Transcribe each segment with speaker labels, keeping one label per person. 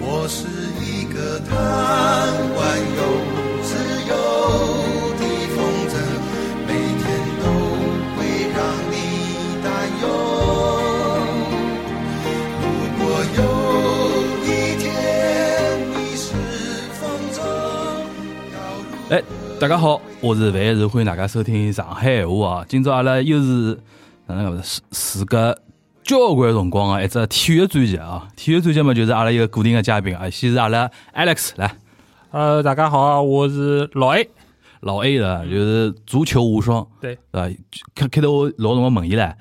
Speaker 1: 我是一个贪玩又自由的风筝，每天都会让你担忧。如果有一天你是风筝，要如何
Speaker 2: 哎，大家好，我是范是，欢迎大家收听上海闲话啊。今朝阿拉又是哪能讲？时时隔交关辰光啊，一只体育专辑啊。体育专辑嘛，就是阿拉一个固定的嘉宾啊，先是阿拉 Alex 来，
Speaker 3: 呃，大家好，我是老 A。
Speaker 2: 老 A 的，就是足球无双，
Speaker 3: 嗯对，嗯
Speaker 2: 对伐？开开头我老辰光问伊唻，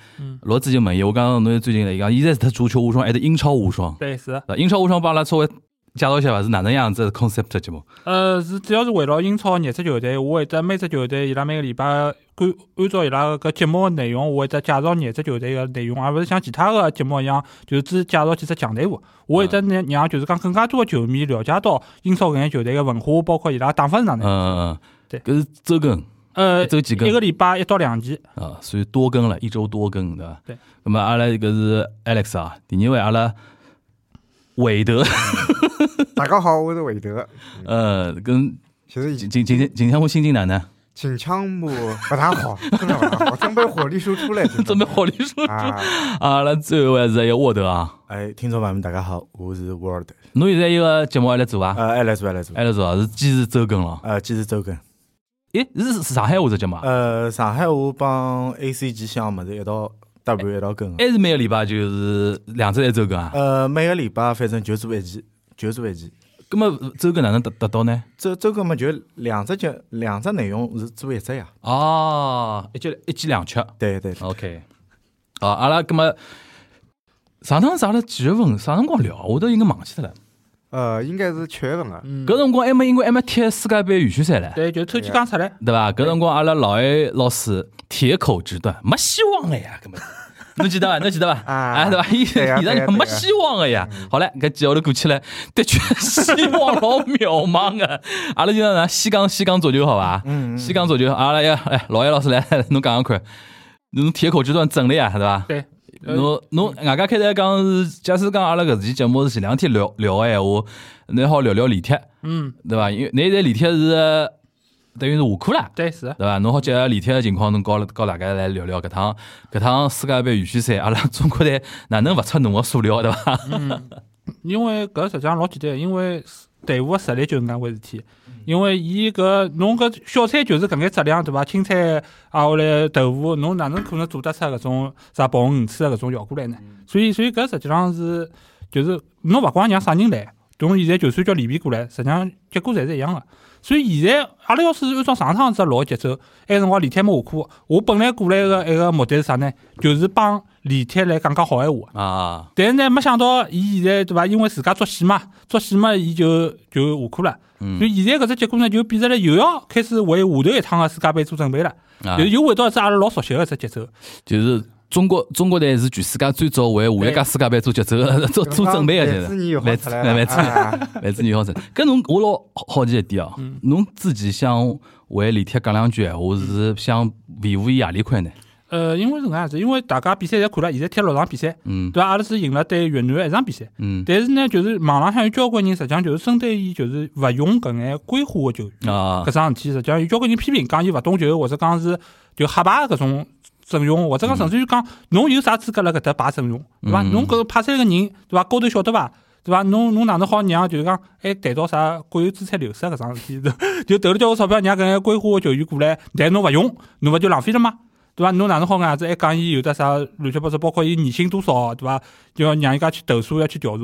Speaker 2: 老之前问伊，我讲侬最近来，伊讲现在是他足球无双还是英超无双？啊
Speaker 3: 对是，
Speaker 2: 对伐英超无双帮阿拉稍微介绍一下伐，是哪能样子的 concept 节目？
Speaker 3: 呃，是主要是围绕英超廿只球队，我会得每只球队伊拉每个礼拜按按照伊拉个节目个内容，我会得介绍廿只球队个内容，而勿啊是像其他个节目一样，就是只介绍几只强队伍。我会得让让就是讲更加多个球迷了解到英超搿眼球队个文化，包括伊拉打法是哪
Speaker 2: 嗯
Speaker 3: 能。
Speaker 2: 嗯，
Speaker 3: 对
Speaker 2: 搿是周更。
Speaker 3: 呃，
Speaker 2: 一周几更
Speaker 3: 一个礼拜一到两期。
Speaker 2: 啊，所以多更了，一周多更，对吧？
Speaker 3: 对。
Speaker 2: 那么阿拉一个是 Alex 啊，第二位阿拉韦德，
Speaker 4: 大家好，我是韦德。
Speaker 2: 呃，跟
Speaker 4: 其实
Speaker 2: 今今今天今天我心情哪能？
Speaker 4: 秦腔木不大 好，真的不大好，准备火力输出了，真的
Speaker 2: 准备好你说
Speaker 4: 啊！
Speaker 2: 阿拉最后一位是一个沃德啊，
Speaker 5: 哎，听众朋友们，大家好，我是 Word，
Speaker 2: 侬现在一个节目还来做啊？
Speaker 5: 呃，爱来做，爱来做，
Speaker 2: 还来做啊？是坚持周更了？
Speaker 5: 呃，继续周更，
Speaker 2: 诶，是上海话这节目啊？
Speaker 5: 呃，上海话帮 A C G 项目子一道搭配一道更的，
Speaker 2: 还是每个礼拜就是两周一周更啊？
Speaker 5: 呃，每个礼拜反正就做一期，就做一期，
Speaker 2: 那么周更哪能达达到呢？
Speaker 5: 周周更嘛就两只节，两只内容是做一只呀，
Speaker 2: 哦，一集一集两吃。
Speaker 5: 对对，对
Speaker 2: OK，好，阿拉咁么上趟是阿拉几月份？啥辰光聊啊？我都应该忘记脱了。
Speaker 4: 呃，应该是七月份啊，
Speaker 2: 搿辰光还没应该还没踢世界杯预选赛唻，
Speaker 3: 对，啊就是抽签刚出来。
Speaker 2: 对伐？搿辰光阿拉老艾老师铁口直断，没希望了呀，搿 么。侬记得伐？侬记得伐？
Speaker 4: 啊
Speaker 2: 哎，对伐？伊
Speaker 4: 对呀
Speaker 2: 伊拉
Speaker 4: 对呀嗯
Speaker 2: 讲没
Speaker 4: 对呀
Speaker 2: 希望个呀。好唻，搿几个号头过去了，的确希望老渺茫 个。阿拉就讲哪西港西港足球好伐？
Speaker 5: 嗯，
Speaker 2: 西港足球，阿拉要哎，老艾老师来， 来侬讲讲看，侬铁口直断整了呀，对伐？
Speaker 3: 对，呃
Speaker 2: 侬侬外加开头讲是，假使讲阿拉搿期节目是前两天聊聊个闲话，那好聊聊李铁，
Speaker 3: 嗯，
Speaker 2: 对伐？因为那现在李铁是等于是下课啦，
Speaker 3: 对是。
Speaker 2: 对伐？侬好结合李铁个情况，侬告告大家来聊聊搿趟搿趟世界杯预选赛，阿拉中国队哪能勿出侬个所料，对伐？
Speaker 3: 因为搿实际上老简单，因为队伍个实力就是搿能介回事体。因为伊搿侬搿小菜就是搿眼质量对伐？青菜啊，后来豆腐，侬哪能可能做得出搿种啥鲍鱼鱼翅的搿种效果来呢？所以，所以搿实际上是就是侬勿光让啥人来，侬现在就算叫里皮过来，实际上结果侪是一样个。所以现在阿拉要是按照上趟子老节奏，埃辰光李铁没下课，我本来过来个一个目的是啥呢？就是帮李铁来讲讲好闲话。
Speaker 2: 啊，
Speaker 3: 但是呢，没想到伊现在对伐？因为自家作戏嘛，作戏嘛，伊就就下课了。所
Speaker 2: 嗯，
Speaker 3: 以现在搿只结果呢，就变成了又要开始为下头一趟个世界杯做准备了，
Speaker 2: 啊
Speaker 3: 就又回到一只阿拉老熟悉个一只节奏。
Speaker 2: 就是中国中国队是全世界最早为下一届世界杯做节奏
Speaker 3: 嗯
Speaker 2: 的、 做做准备个，
Speaker 4: 个
Speaker 2: 现在
Speaker 4: 现在。又好出来了，
Speaker 2: 万子
Speaker 4: 啊
Speaker 2: 来自女校生。搿侬我老好奇一点哦，
Speaker 3: 嗯
Speaker 2: 侬自己想为李铁讲两句闲话，是想维护伊何里块呢？
Speaker 3: 呃，因为是搿能样子，因为大家比赛侪看了，现在踢六场比赛，
Speaker 2: 嗯
Speaker 3: 对伐？阿拉是赢了对越南的一场比赛，
Speaker 2: 嗯
Speaker 3: 但是呢，就是网浪向有交关人实际上就是针对伊，就是勿用搿眼规划个球员。
Speaker 2: 啊
Speaker 3: 搿桩事体，实际上有交关人批评，讲伊勿懂球，或者讲是就瞎排搿种阵容，或者讲甚至于讲侬有啥资格辣搿搭排阵容，对伐？
Speaker 2: 嗯
Speaker 3: 侬搿派三个人，对伐？高头晓得伐？对伐？侬侬哪能好让就是讲哎还谈到啥国有资产流失搿桩事体， 对就投了交关钞票让搿眼规划个球员过来，但侬勿用，侬勿就浪费了吗？对伐？侬哪能好搿样子还讲伊有得啥乱七八糟，包括伊年薪多少，对伐？就要让伊家去投诉，要去调查。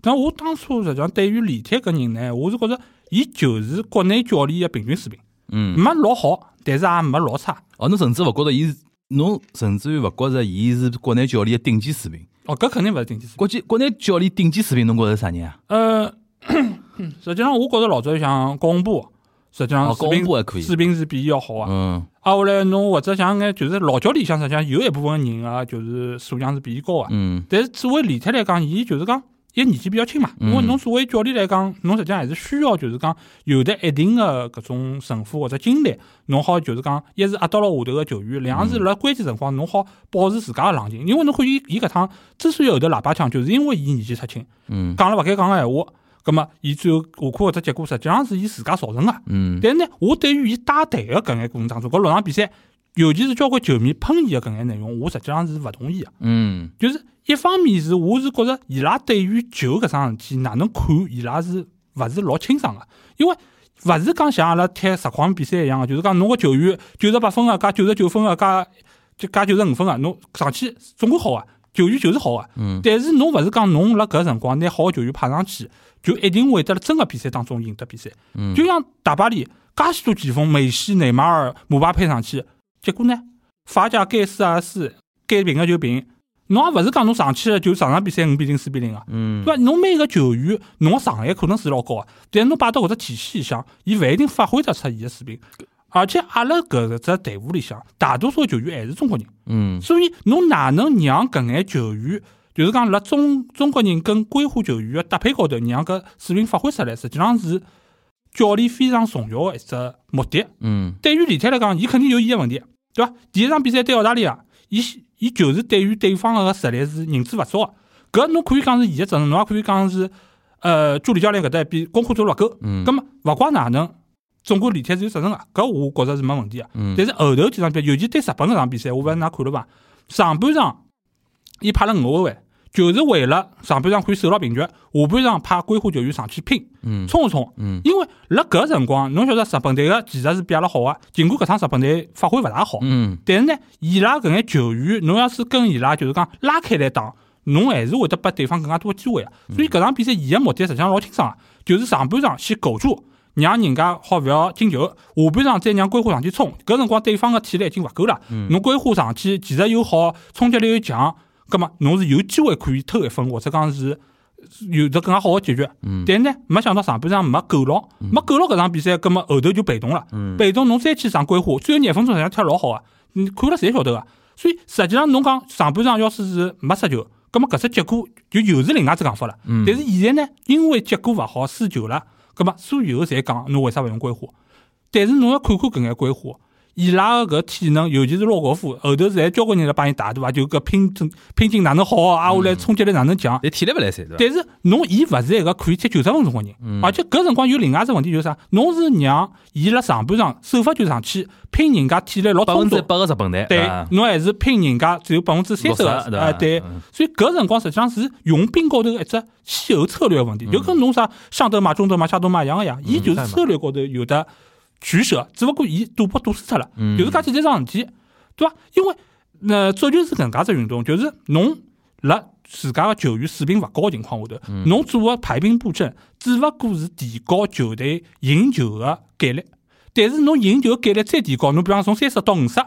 Speaker 3: 但我当初实际上对于李铁搿人呢，我是觉着伊就是国内教练个平均水平，
Speaker 2: 嗯，
Speaker 3: 没老好，但是也没老差。
Speaker 2: 哦，侬甚至勿觉着伊是，侬甚至于勿觉着伊是国内教练的顶级水平。
Speaker 3: 哦，搿肯定勿是顶级水平。
Speaker 2: 国际国内教练顶级水平，侬觉着是啥人啊？
Speaker 3: 呃， 实际上我觉着老早像高洪波，实际上
Speaker 2: 哦，
Speaker 3: 啊水
Speaker 2: 高洪
Speaker 3: 平
Speaker 2: 波还可以。
Speaker 3: 水平是比伊要好啊。
Speaker 2: 嗯
Speaker 3: 啊，后来侬或者像眼就是老教练像实际上有一部分人啊，就是素养是比伊高啊。
Speaker 2: 嗯
Speaker 3: 但是作为李铁来讲，伊就是讲，伊年纪比较轻嘛，
Speaker 2: 嗯
Speaker 3: 因为侬作为教练来讲，侬实际上还是需要就是讲有得一定的搿种胜负或者经历，侬好就是讲，一是压到了下头个球员，两
Speaker 2: 嗯
Speaker 3: 是辣关键辰光侬好保持自家个冷静，因为侬看伊伊搿趟之所以后头喇叭腔，就是因为伊年纪太轻，
Speaker 2: 嗯
Speaker 3: 讲了勿该讲个闲话。葛末伊最后下课搿只结果实际上是伊自家造成个。
Speaker 6: 嗯，
Speaker 3: 但是呢，我对于伊带队个搿眼过程当中，搿六场比赛，尤其是交关球迷喷伊个搿眼内容，我实际上是勿同意个。
Speaker 6: 嗯，
Speaker 3: 就是一方面是我是觉着伊拉对于球搿桩事体，哪能看伊拉是勿是老清爽个？因为勿是讲像阿拉踢实况比赛一样个，就是讲侬个球员九十八分个，加九十九分个，加就加九十五分个，侬上去总归好个、球员就是好个、
Speaker 6: 嗯
Speaker 3: 但是侬勿是讲侬辣搿辰光拿好个球员派上去，就一定会得辣真个比赛当中赢得比赛。
Speaker 6: 嗯
Speaker 3: 就像大巴黎，介许多前锋，梅西、内马尔、姆巴佩上去，结果呢，法甲该输也输，该平个就平。侬也勿是讲侬上去了就上场比赛五比零、四比零啊，
Speaker 6: 嗯
Speaker 3: 对伐？侬每个球员，侬个上限可能是老高啊，但是侬摆到搿只体系里向，伊勿一定发挥得出伊个水平。而且阿拉搿只队伍里向，大多数球员还是中国人，
Speaker 6: 嗯
Speaker 3: 所以侬哪能让搿眼球员，就是讲辣中中国人跟归化球员个搭配高头，让搿水平发挥出来，实际上是教练非常重要个一只目的。
Speaker 6: 嗯
Speaker 3: 对于李泰来讲，伊肯定有伊个问题，对伐？第一场比赛对澳大利亚，伊伊就是对于对方个实力是认知勿足个，搿侬可以讲是伊个责任，侬也可以讲是呃助理教练搿搭一边功课做了勿够。
Speaker 6: 嗯，
Speaker 3: 葛么勿怪哪能，总归李泰是有责任个，搿我觉着是没问题个。
Speaker 6: 嗯
Speaker 3: 但是后头几场比赛，尤其对日本搿场比赛，我勿知㑚看了伐？上半场伊派了五后卫，就是为了上半场可以守牢平局，下半场派归化球员上去拼
Speaker 6: 嗯
Speaker 3: 冲一冲。
Speaker 6: 嗯
Speaker 3: 因为辣搿辰光，侬晓得日本队个技术是比阿拉好个，尽管搿趟日本队发挥勿大好，
Speaker 6: 嗯
Speaker 3: 但是呢，伊拉搿眼球员，侬要是跟伊拉就是讲拉开来打，侬还是会得拨对方更加多个机会啊。
Speaker 6: 嗯
Speaker 3: 所以搿场比赛伊个目的实际上老清爽啊，就是上半场先苟住，让人家好勿要进球，下半场再让规划上去冲。搿辰光对方个体力已经勿够了，
Speaker 6: 嗯
Speaker 3: 侬规划上去技术又好，冲击力又强，葛末侬是有机会可以偷一分，或者讲是。有着更加好个啊解决，
Speaker 6: 嗯
Speaker 3: 但呢，没想到上半场没够牢，没够牢搿场比赛，葛末后头就被动了。
Speaker 6: 嗯
Speaker 3: 被动侬再去上规划，最后廿分钟实际上踢得老好啊，你看了侪晓得啊。所以实际上侬讲上半场要是是没失球，葛末搿只结果就又是另外一只讲法了。
Speaker 6: 嗯
Speaker 3: 但是现在呢，因为结果勿好输球了，葛末所有侪讲侬为啥勿用规划？但是侬要看看搿眼规划，伊拉个搿体能，尤其是洛国富，后头侪交关人来帮伊打对伐？就搿拼劲拼劲哪能好啊？挨下
Speaker 6: 嗯
Speaker 3: 来冲击力哪能强？
Speaker 6: 但体力勿来塞对伐？
Speaker 3: 但是侬伊勿是一个可以踢九十分钟个人，
Speaker 6: 嗯
Speaker 3: 而且搿辰光有另外一只问题就是啥？侬是让伊辣上半场首发就上去拼人家体力老
Speaker 6: 百
Speaker 3: 充
Speaker 6: 分之
Speaker 3: 足，
Speaker 6: 百个日本队，
Speaker 3: 对
Speaker 6: 啊，
Speaker 3: 侬还是拼人家只有百分之三十个
Speaker 6: 60%对吧
Speaker 3: 啊对
Speaker 6: 嗯，
Speaker 3: 所以搿辰光实际上是用兵高头一只气候策略个问
Speaker 6: 嗯
Speaker 3: 题，就跟侬啥上头马、中头马、下头马一样个呀，伊就是策略高头有的取舍，只不过伊赌博赌输脱了，
Speaker 6: 嗯
Speaker 3: 就是介简单桩事体，对伐？因为那足球是搿能介只运动，就是侬辣自家个球员水平勿高个情况下头，
Speaker 6: 嗯
Speaker 3: 侬做个排兵布阵，只勿过是提高球队赢球个概率。但是侬赢球的概率再提高，侬比方从三十到五十，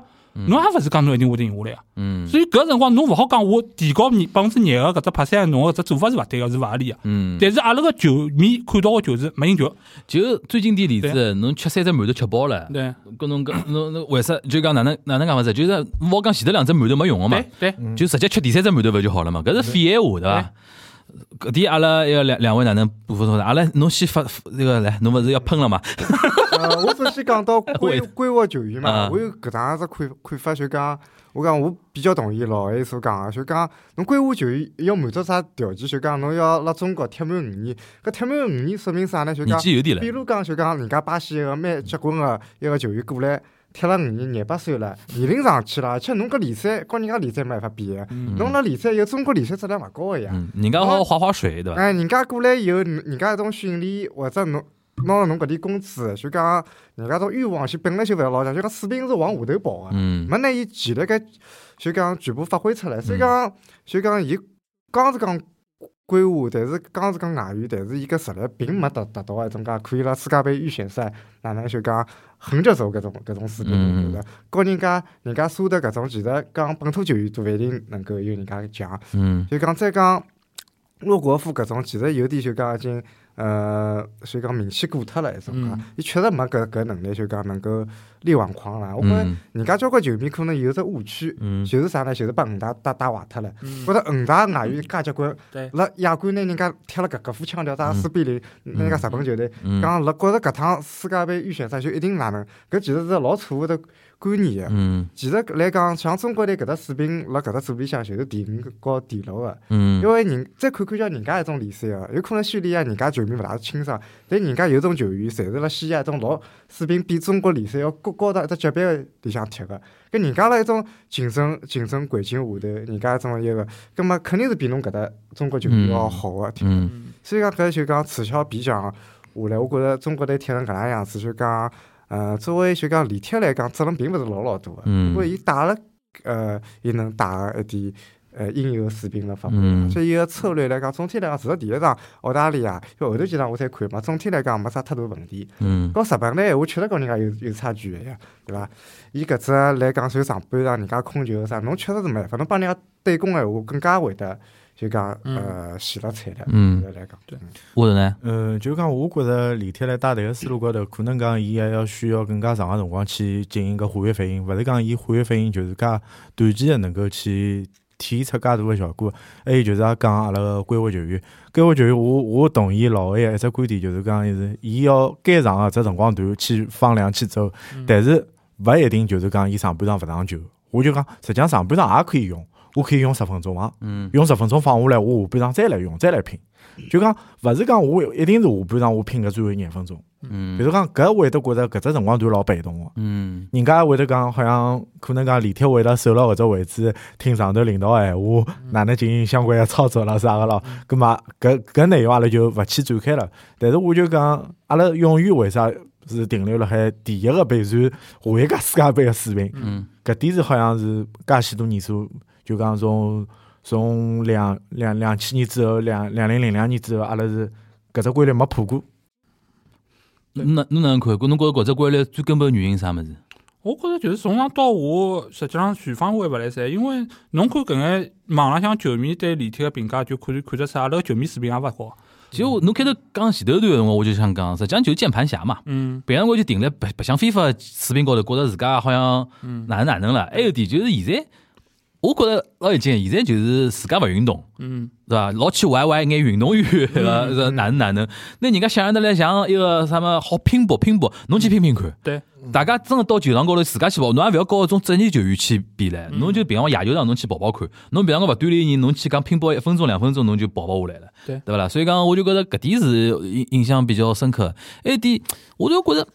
Speaker 3: 侬也勿是讲侬一定会得赢下来啊。
Speaker 6: 嗯
Speaker 3: 所以搿辰光侬勿好讲我提高你百分之廿个搿只拍三，侬搿只做法是勿对个，是勿合理个。
Speaker 6: 嗯，
Speaker 3: 但是阿拉个球迷看到个就是没赢球，
Speaker 6: 就最经典例子，侬吃三只馒头吃饱了，
Speaker 3: 啊对
Speaker 6: 跟侬讲 侬侬为啥就讲哪能哪能讲法子？就是勿好讲前头两只馒头没用个嘛
Speaker 3: 对，对，
Speaker 4: 嗯
Speaker 6: 就直接吃第三只馒头勿就好了嘛？搿是废话对伐？搿点阿拉要两两位哪能补充呢？阿拉侬先发那个来，侬勿是要喷了嘛？
Speaker 4: 呃，我首先讲 到规规划球员
Speaker 2: 啊
Speaker 4: 嘛，
Speaker 6: 嗯
Speaker 4: 我有搿能样子看看法，就讲我讲我比较同意老 A 所讲个，就讲侬规划球员要满足啥条件，就讲侬要辣中国踢满五年，搿踢满五年说明啥呢？就
Speaker 6: 年
Speaker 4: 讲
Speaker 6: 纪有点了
Speaker 4: 比，如讲就讲人家巴西一个蛮结棍个一个球员过来。踢了五年，廿八岁了，年龄上去了，而且侬搿联赛跟人家联赛没办法比个，侬辣联赛有中国联赛质量勿高个呀。
Speaker 6: 嗯，人家好好划划水对伐？
Speaker 4: 哎，人家过来以后，人人家一种训练或者侬拿侬搿点工资，就讲人家种欲望就本来就勿是老强，就讲水平是往下头跑啊个，
Speaker 6: 嗯
Speaker 4: 没拿伊潜力该就讲全部发挥出来。所以讲，就讲伊刚是讲规划，但是刚是讲外援，但是伊搿实力并没达达到一种讲可啊以辣世界杯预选赛哪能就讲横着走搿种搿种水平，
Speaker 6: 嗯
Speaker 4: 我觉着和人家人家输的搿种，其实讲本土球员都勿一定能够有人家强。
Speaker 6: 嗯
Speaker 4: 就讲再讲陆国富搿种，其实有点就讲已经呃，就讲名气过脱了一种
Speaker 3: 嗯
Speaker 4: 讲，伊确实没搿搿能力，就讲能够力挽狂澜。我觉着
Speaker 6: 嗯
Speaker 4: 人家交关球迷可能有只误区，
Speaker 6: 嗯
Speaker 4: 就是啥呢？就是把恒大打打坏脱了。
Speaker 3: 嗯
Speaker 4: 觉着恒大外援介结棍
Speaker 3: 对，
Speaker 4: 辣亚冠拿人家踢了搿搿副腔调，打四比零，人家日本球队
Speaker 6: 嗯
Speaker 4: 讲辣觉着搿趟世界杯预选赛就一定哪能，搿其实是老错误的观念啊个。
Speaker 6: 嗯
Speaker 4: 其实来讲，像中国队搿只水平辣搿只组里向就是第五和第六个。
Speaker 6: 嗯
Speaker 4: 因为人再看看像人家一种联赛啊，有可能训练啊，人家全面勿大清爽，但人家有种球员，侪是辣西亚一种老水平比中国联赛要高高到一只级别里向踢个，搿人家辣一种竞争竞争环境下头，人家这么一个，葛末肯定是比侬搿搭中国球员要
Speaker 2: 嗯
Speaker 4: 好个、踢
Speaker 2: 嗯
Speaker 3: 嗯
Speaker 4: 所以讲搿就讲此消彼长，下来我觉着中国队踢成搿能样子，就讲，呃，作为就讲李铁来讲，责任并勿是老老大个，啊
Speaker 2: 嗯
Speaker 4: 不过伊带了，呃，伊能带个一点，呃，应有水平个发挥。
Speaker 2: 嗯
Speaker 4: 所以伊个策略来讲，总体来讲，除了第一场澳大利亚，因为后头几场我才看嘛，总体来讲没啥太大问题。
Speaker 2: 嗯
Speaker 4: 跟日本呢，闲话确实跟人家有有差距个呀，对伐？伊搿只来讲算上半场人家控球啥，侬确实是没办法，侬帮人家对攻个闲话更加会得就讲呃洗了菜的，
Speaker 2: 嗯
Speaker 4: 来讲，
Speaker 3: 对
Speaker 2: 我的呢？
Speaker 5: 呃，就讲我觉着李铁来带队个思路高头，可能讲伊还要需要更加长个辰光去进行个化学反应，勿是讲伊化学反应就是介短期个能够去体现出介大个效果。还有就是也讲阿拉个规划球员，规划球员我我同意老魏个一只观点，就是讲是伊要该上个只辰光段去放量去走，但是勿一定就是讲伊上半场勿上球。我就讲，实际上上半场也可以用，我可以用十分钟啊，
Speaker 2: 嗯
Speaker 5: 用十分钟放下来，我下半场再来用，再来拼。就讲勿是讲我一定是下半场我拼搿最后廿分钟，比
Speaker 2: 嗯
Speaker 5: 如讲搿会得觉着搿只辰光段老被动个。
Speaker 2: 嗯
Speaker 5: 人家会得讲，好像可能讲李铁会得守牢搿只位置，听上头领导个闲话，哪能进行相关个操作啦啥个咯。葛末搿搿内容阿拉就勿去展开了。但是我就讲，阿拉永远为啥是停留辣海第一个备战下一届世界杯个水平？
Speaker 2: 嗯
Speaker 5: 搿点是好像是介许多年数，就讲从从两两两千年之后，两两零零两年之后，阿拉是搿只规律没破过。
Speaker 2: 那侬哪能看？侬觉着搿只规律最根本原因是啥物事？
Speaker 3: 我觉着就是从上到下，实际上全方位勿来塞，因为侬看搿眼网浪向球迷对李铁个评价，就看看得出阿拉个球迷水平也勿高。
Speaker 2: 其实我侬开头讲前头段辰光，我就想讲，实际上就是键盘侠嘛。
Speaker 3: 嗯
Speaker 2: 别人我就停在白白相非法水平高头，觉着自家好像
Speaker 3: 嗯
Speaker 2: 哪能哪能了。还有一点就是现在，我觉着老有劲，现在就是自家勿运动，
Speaker 3: 嗯
Speaker 2: 是吧？老去玩玩一眼运动员，是吧？是哪能哪能？那人家想象得来像一个什么好拼搏拼搏，侬去拼拼看。
Speaker 3: 对，
Speaker 2: 嗯大家真的到球场高头自家去跑，侬也勿要跟搿种职业球员去比嘞，
Speaker 3: 嗯
Speaker 2: 侬就平常野球场侬去跑跑看，侬平常个勿锻炼人，侬去讲拼搏一分钟两分钟侬就跑跑下来了，
Speaker 3: 对
Speaker 2: 对勿啦？所以讲我就觉着搿点是印印象比较深刻。还有一点，我就觉着，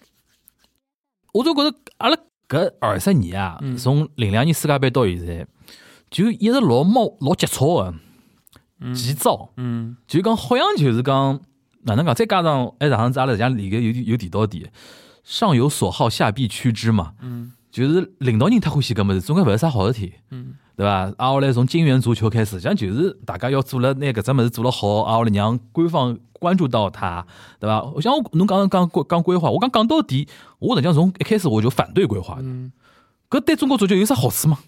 Speaker 2: 我就觉着阿拉搿二十年啊，
Speaker 3: 嗯
Speaker 2: 从零两年世界杯到现在，就一直老冒老急躁个，
Speaker 3: 嗯
Speaker 2: 急躁。
Speaker 3: 嗯
Speaker 2: 就讲好像就是讲哪能讲，再加上哎，上次阿拉讲里个有有提到点，上有所好，下必趋之嘛。
Speaker 3: 嗯
Speaker 2: 就是领导人太欢喜搿物事，总归勿是啥好事体，
Speaker 3: 嗯
Speaker 2: 对伐？挨下来从金元足球开始，实际上就是大家要做了拿搿只物事做了好，啊挨下来让官方关注到它，对伐？我像我侬刚刚讲过讲规划，我讲讲到底，我实际上从一开始我就反对规划的，
Speaker 3: 嗯
Speaker 2: 搿对中国足球有啥好处吗？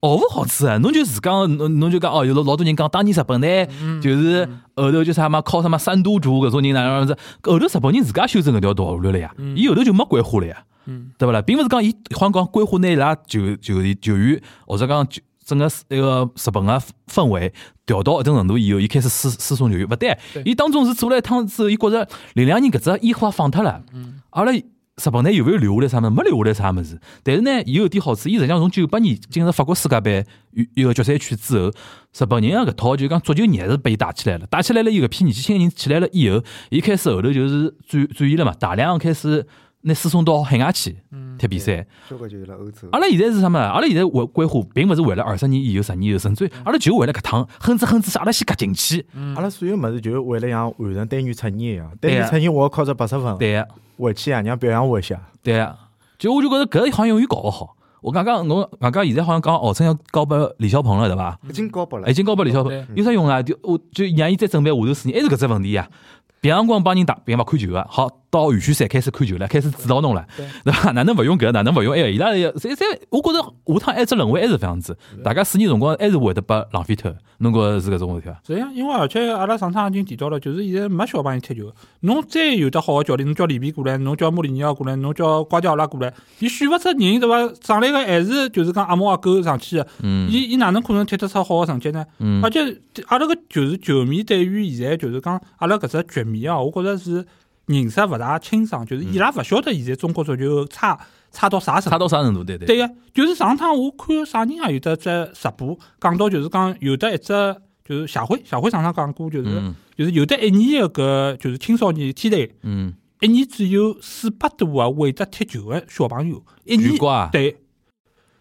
Speaker 2: 毫勿好处啊！侬就自讲，侬侬就讲哦，有老老多人讲当年日本队
Speaker 3: 嗯
Speaker 2: 就是后头就啥嘛，靠什么三都主搿种人哪样子，后头日本人自家修正搿条道路了呀，
Speaker 3: 嗯
Speaker 2: 伊后头就没规划了呀，
Speaker 3: 嗯
Speaker 2: 对勿啦？并勿是讲伊好像讲规划拿伊拉球球球员或者讲就整个那个日本个氛围调到一定程度以后，伊开始输输送球员，勿对
Speaker 3: 对，
Speaker 2: 伊当中是做了一趟之后，伊觉着零两年搿只烟花放脱了，
Speaker 3: 嗯
Speaker 2: 阿拉日本呢有没有留下来啥物事？没留下来啥物事。但是呢，伊有一点好处，伊实际上从九八年进入法国世界杯一一个决赛圈之后，日本人啊搿套就讲足球热是被伊带起来了，带起来了以后，搿批年纪轻个人起来了以后，伊开始后头就是转转移了嘛，大量开始拿输送到海外去
Speaker 3: 嗯
Speaker 2: 踢比赛。
Speaker 4: 交关就有了欧洲。
Speaker 2: 阿拉现在是啥么？阿拉现在为规划，并勿是为了二十年以后、十年以后，甚至于阿拉就为了搿趟，哼哧哼哧，阿拉先夹进去。
Speaker 5: 阿拉所有物事就是为了像完成单元测验一样，
Speaker 2: 嗯对
Speaker 5: 单元
Speaker 2: 啊
Speaker 5: 测验我要考只八十分，
Speaker 2: 对呀。
Speaker 5: 回去啊爷娘表扬我一下。
Speaker 2: 对啊，就我就觉得搿好像永远搞勿好。我刚刚我刚刚现在好像讲号称要交拨李小鹏了，对伐？
Speaker 4: 已经高爆了
Speaker 2: 已，哎经交拨李小鹏
Speaker 3: 对，
Speaker 2: 有啥用啊？就我就让伊再准备下头四年，还是搿只问题呀、别辰光帮人打，别人勿看球个，啊好到预选赛开始看球了，开始指导侬了，
Speaker 3: 对
Speaker 2: 对伐？ 哪能勿用搿，哪能勿用埃个？伊拉哎也，侪侪，我觉着下趟埃只轮回还是搿样子，大家四年辰光还是会得拨浪费脱的，侬觉着是搿种问题啊伐？
Speaker 3: 实际上，因为而且阿拉上趟已经提到了，就是现在没小朋友踢球。侬再有得好个教练，侬叫里皮过来，侬叫穆里尼奥过来，侬叫瓜迪奥拉过来，伊选勿出人对伐？上来个还是就是讲阿猫阿狗上去个，
Speaker 2: 嗯
Speaker 3: 伊伊哪能可能踢得出好个成绩呢？
Speaker 2: 嗯
Speaker 3: 而且阿拉个就是球迷对于现在就是讲阿拉搿只局面啊，我觉着是认识勿大清爽，就是伊拉勿晓得现在中国足球差差到啥程
Speaker 2: 嗯差
Speaker 3: 度。
Speaker 2: 到啥程度？对对
Speaker 3: 对个，就是上趟我看啥人啊有得只直播讲到，就是讲有得一只就是下回下回上趟讲过，就是
Speaker 2: 嗯
Speaker 3: 就是有的一年的搿就是青少年梯队，
Speaker 2: 嗯，
Speaker 3: 一年只有四百多个会得踢球的小朋友，一年
Speaker 2: 鱼瓜
Speaker 3: 对，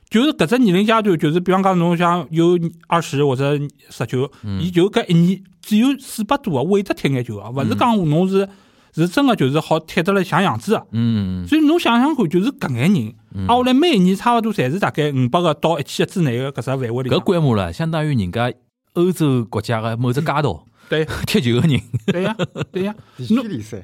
Speaker 3: 就是搿只年龄阶段，就是比方讲侬像有二十或者十九，
Speaker 2: 嗯
Speaker 3: 伊就搿一年只有四百多个会得踢眼球啊，勿
Speaker 2: 嗯
Speaker 3: 是讲侬是是真个就是好踢得来像样子啊。
Speaker 2: 嗯
Speaker 3: 所以侬想想看，就是搿眼人，啊，我来每一年差勿多侪是大概五百个到一千个之内个搿只范围里向
Speaker 2: 搿。规模了，相当于人家欧洲国家的某只街道
Speaker 3: 对
Speaker 2: 踢球的人，
Speaker 3: 对呀，对呀，
Speaker 4: 地区联赛，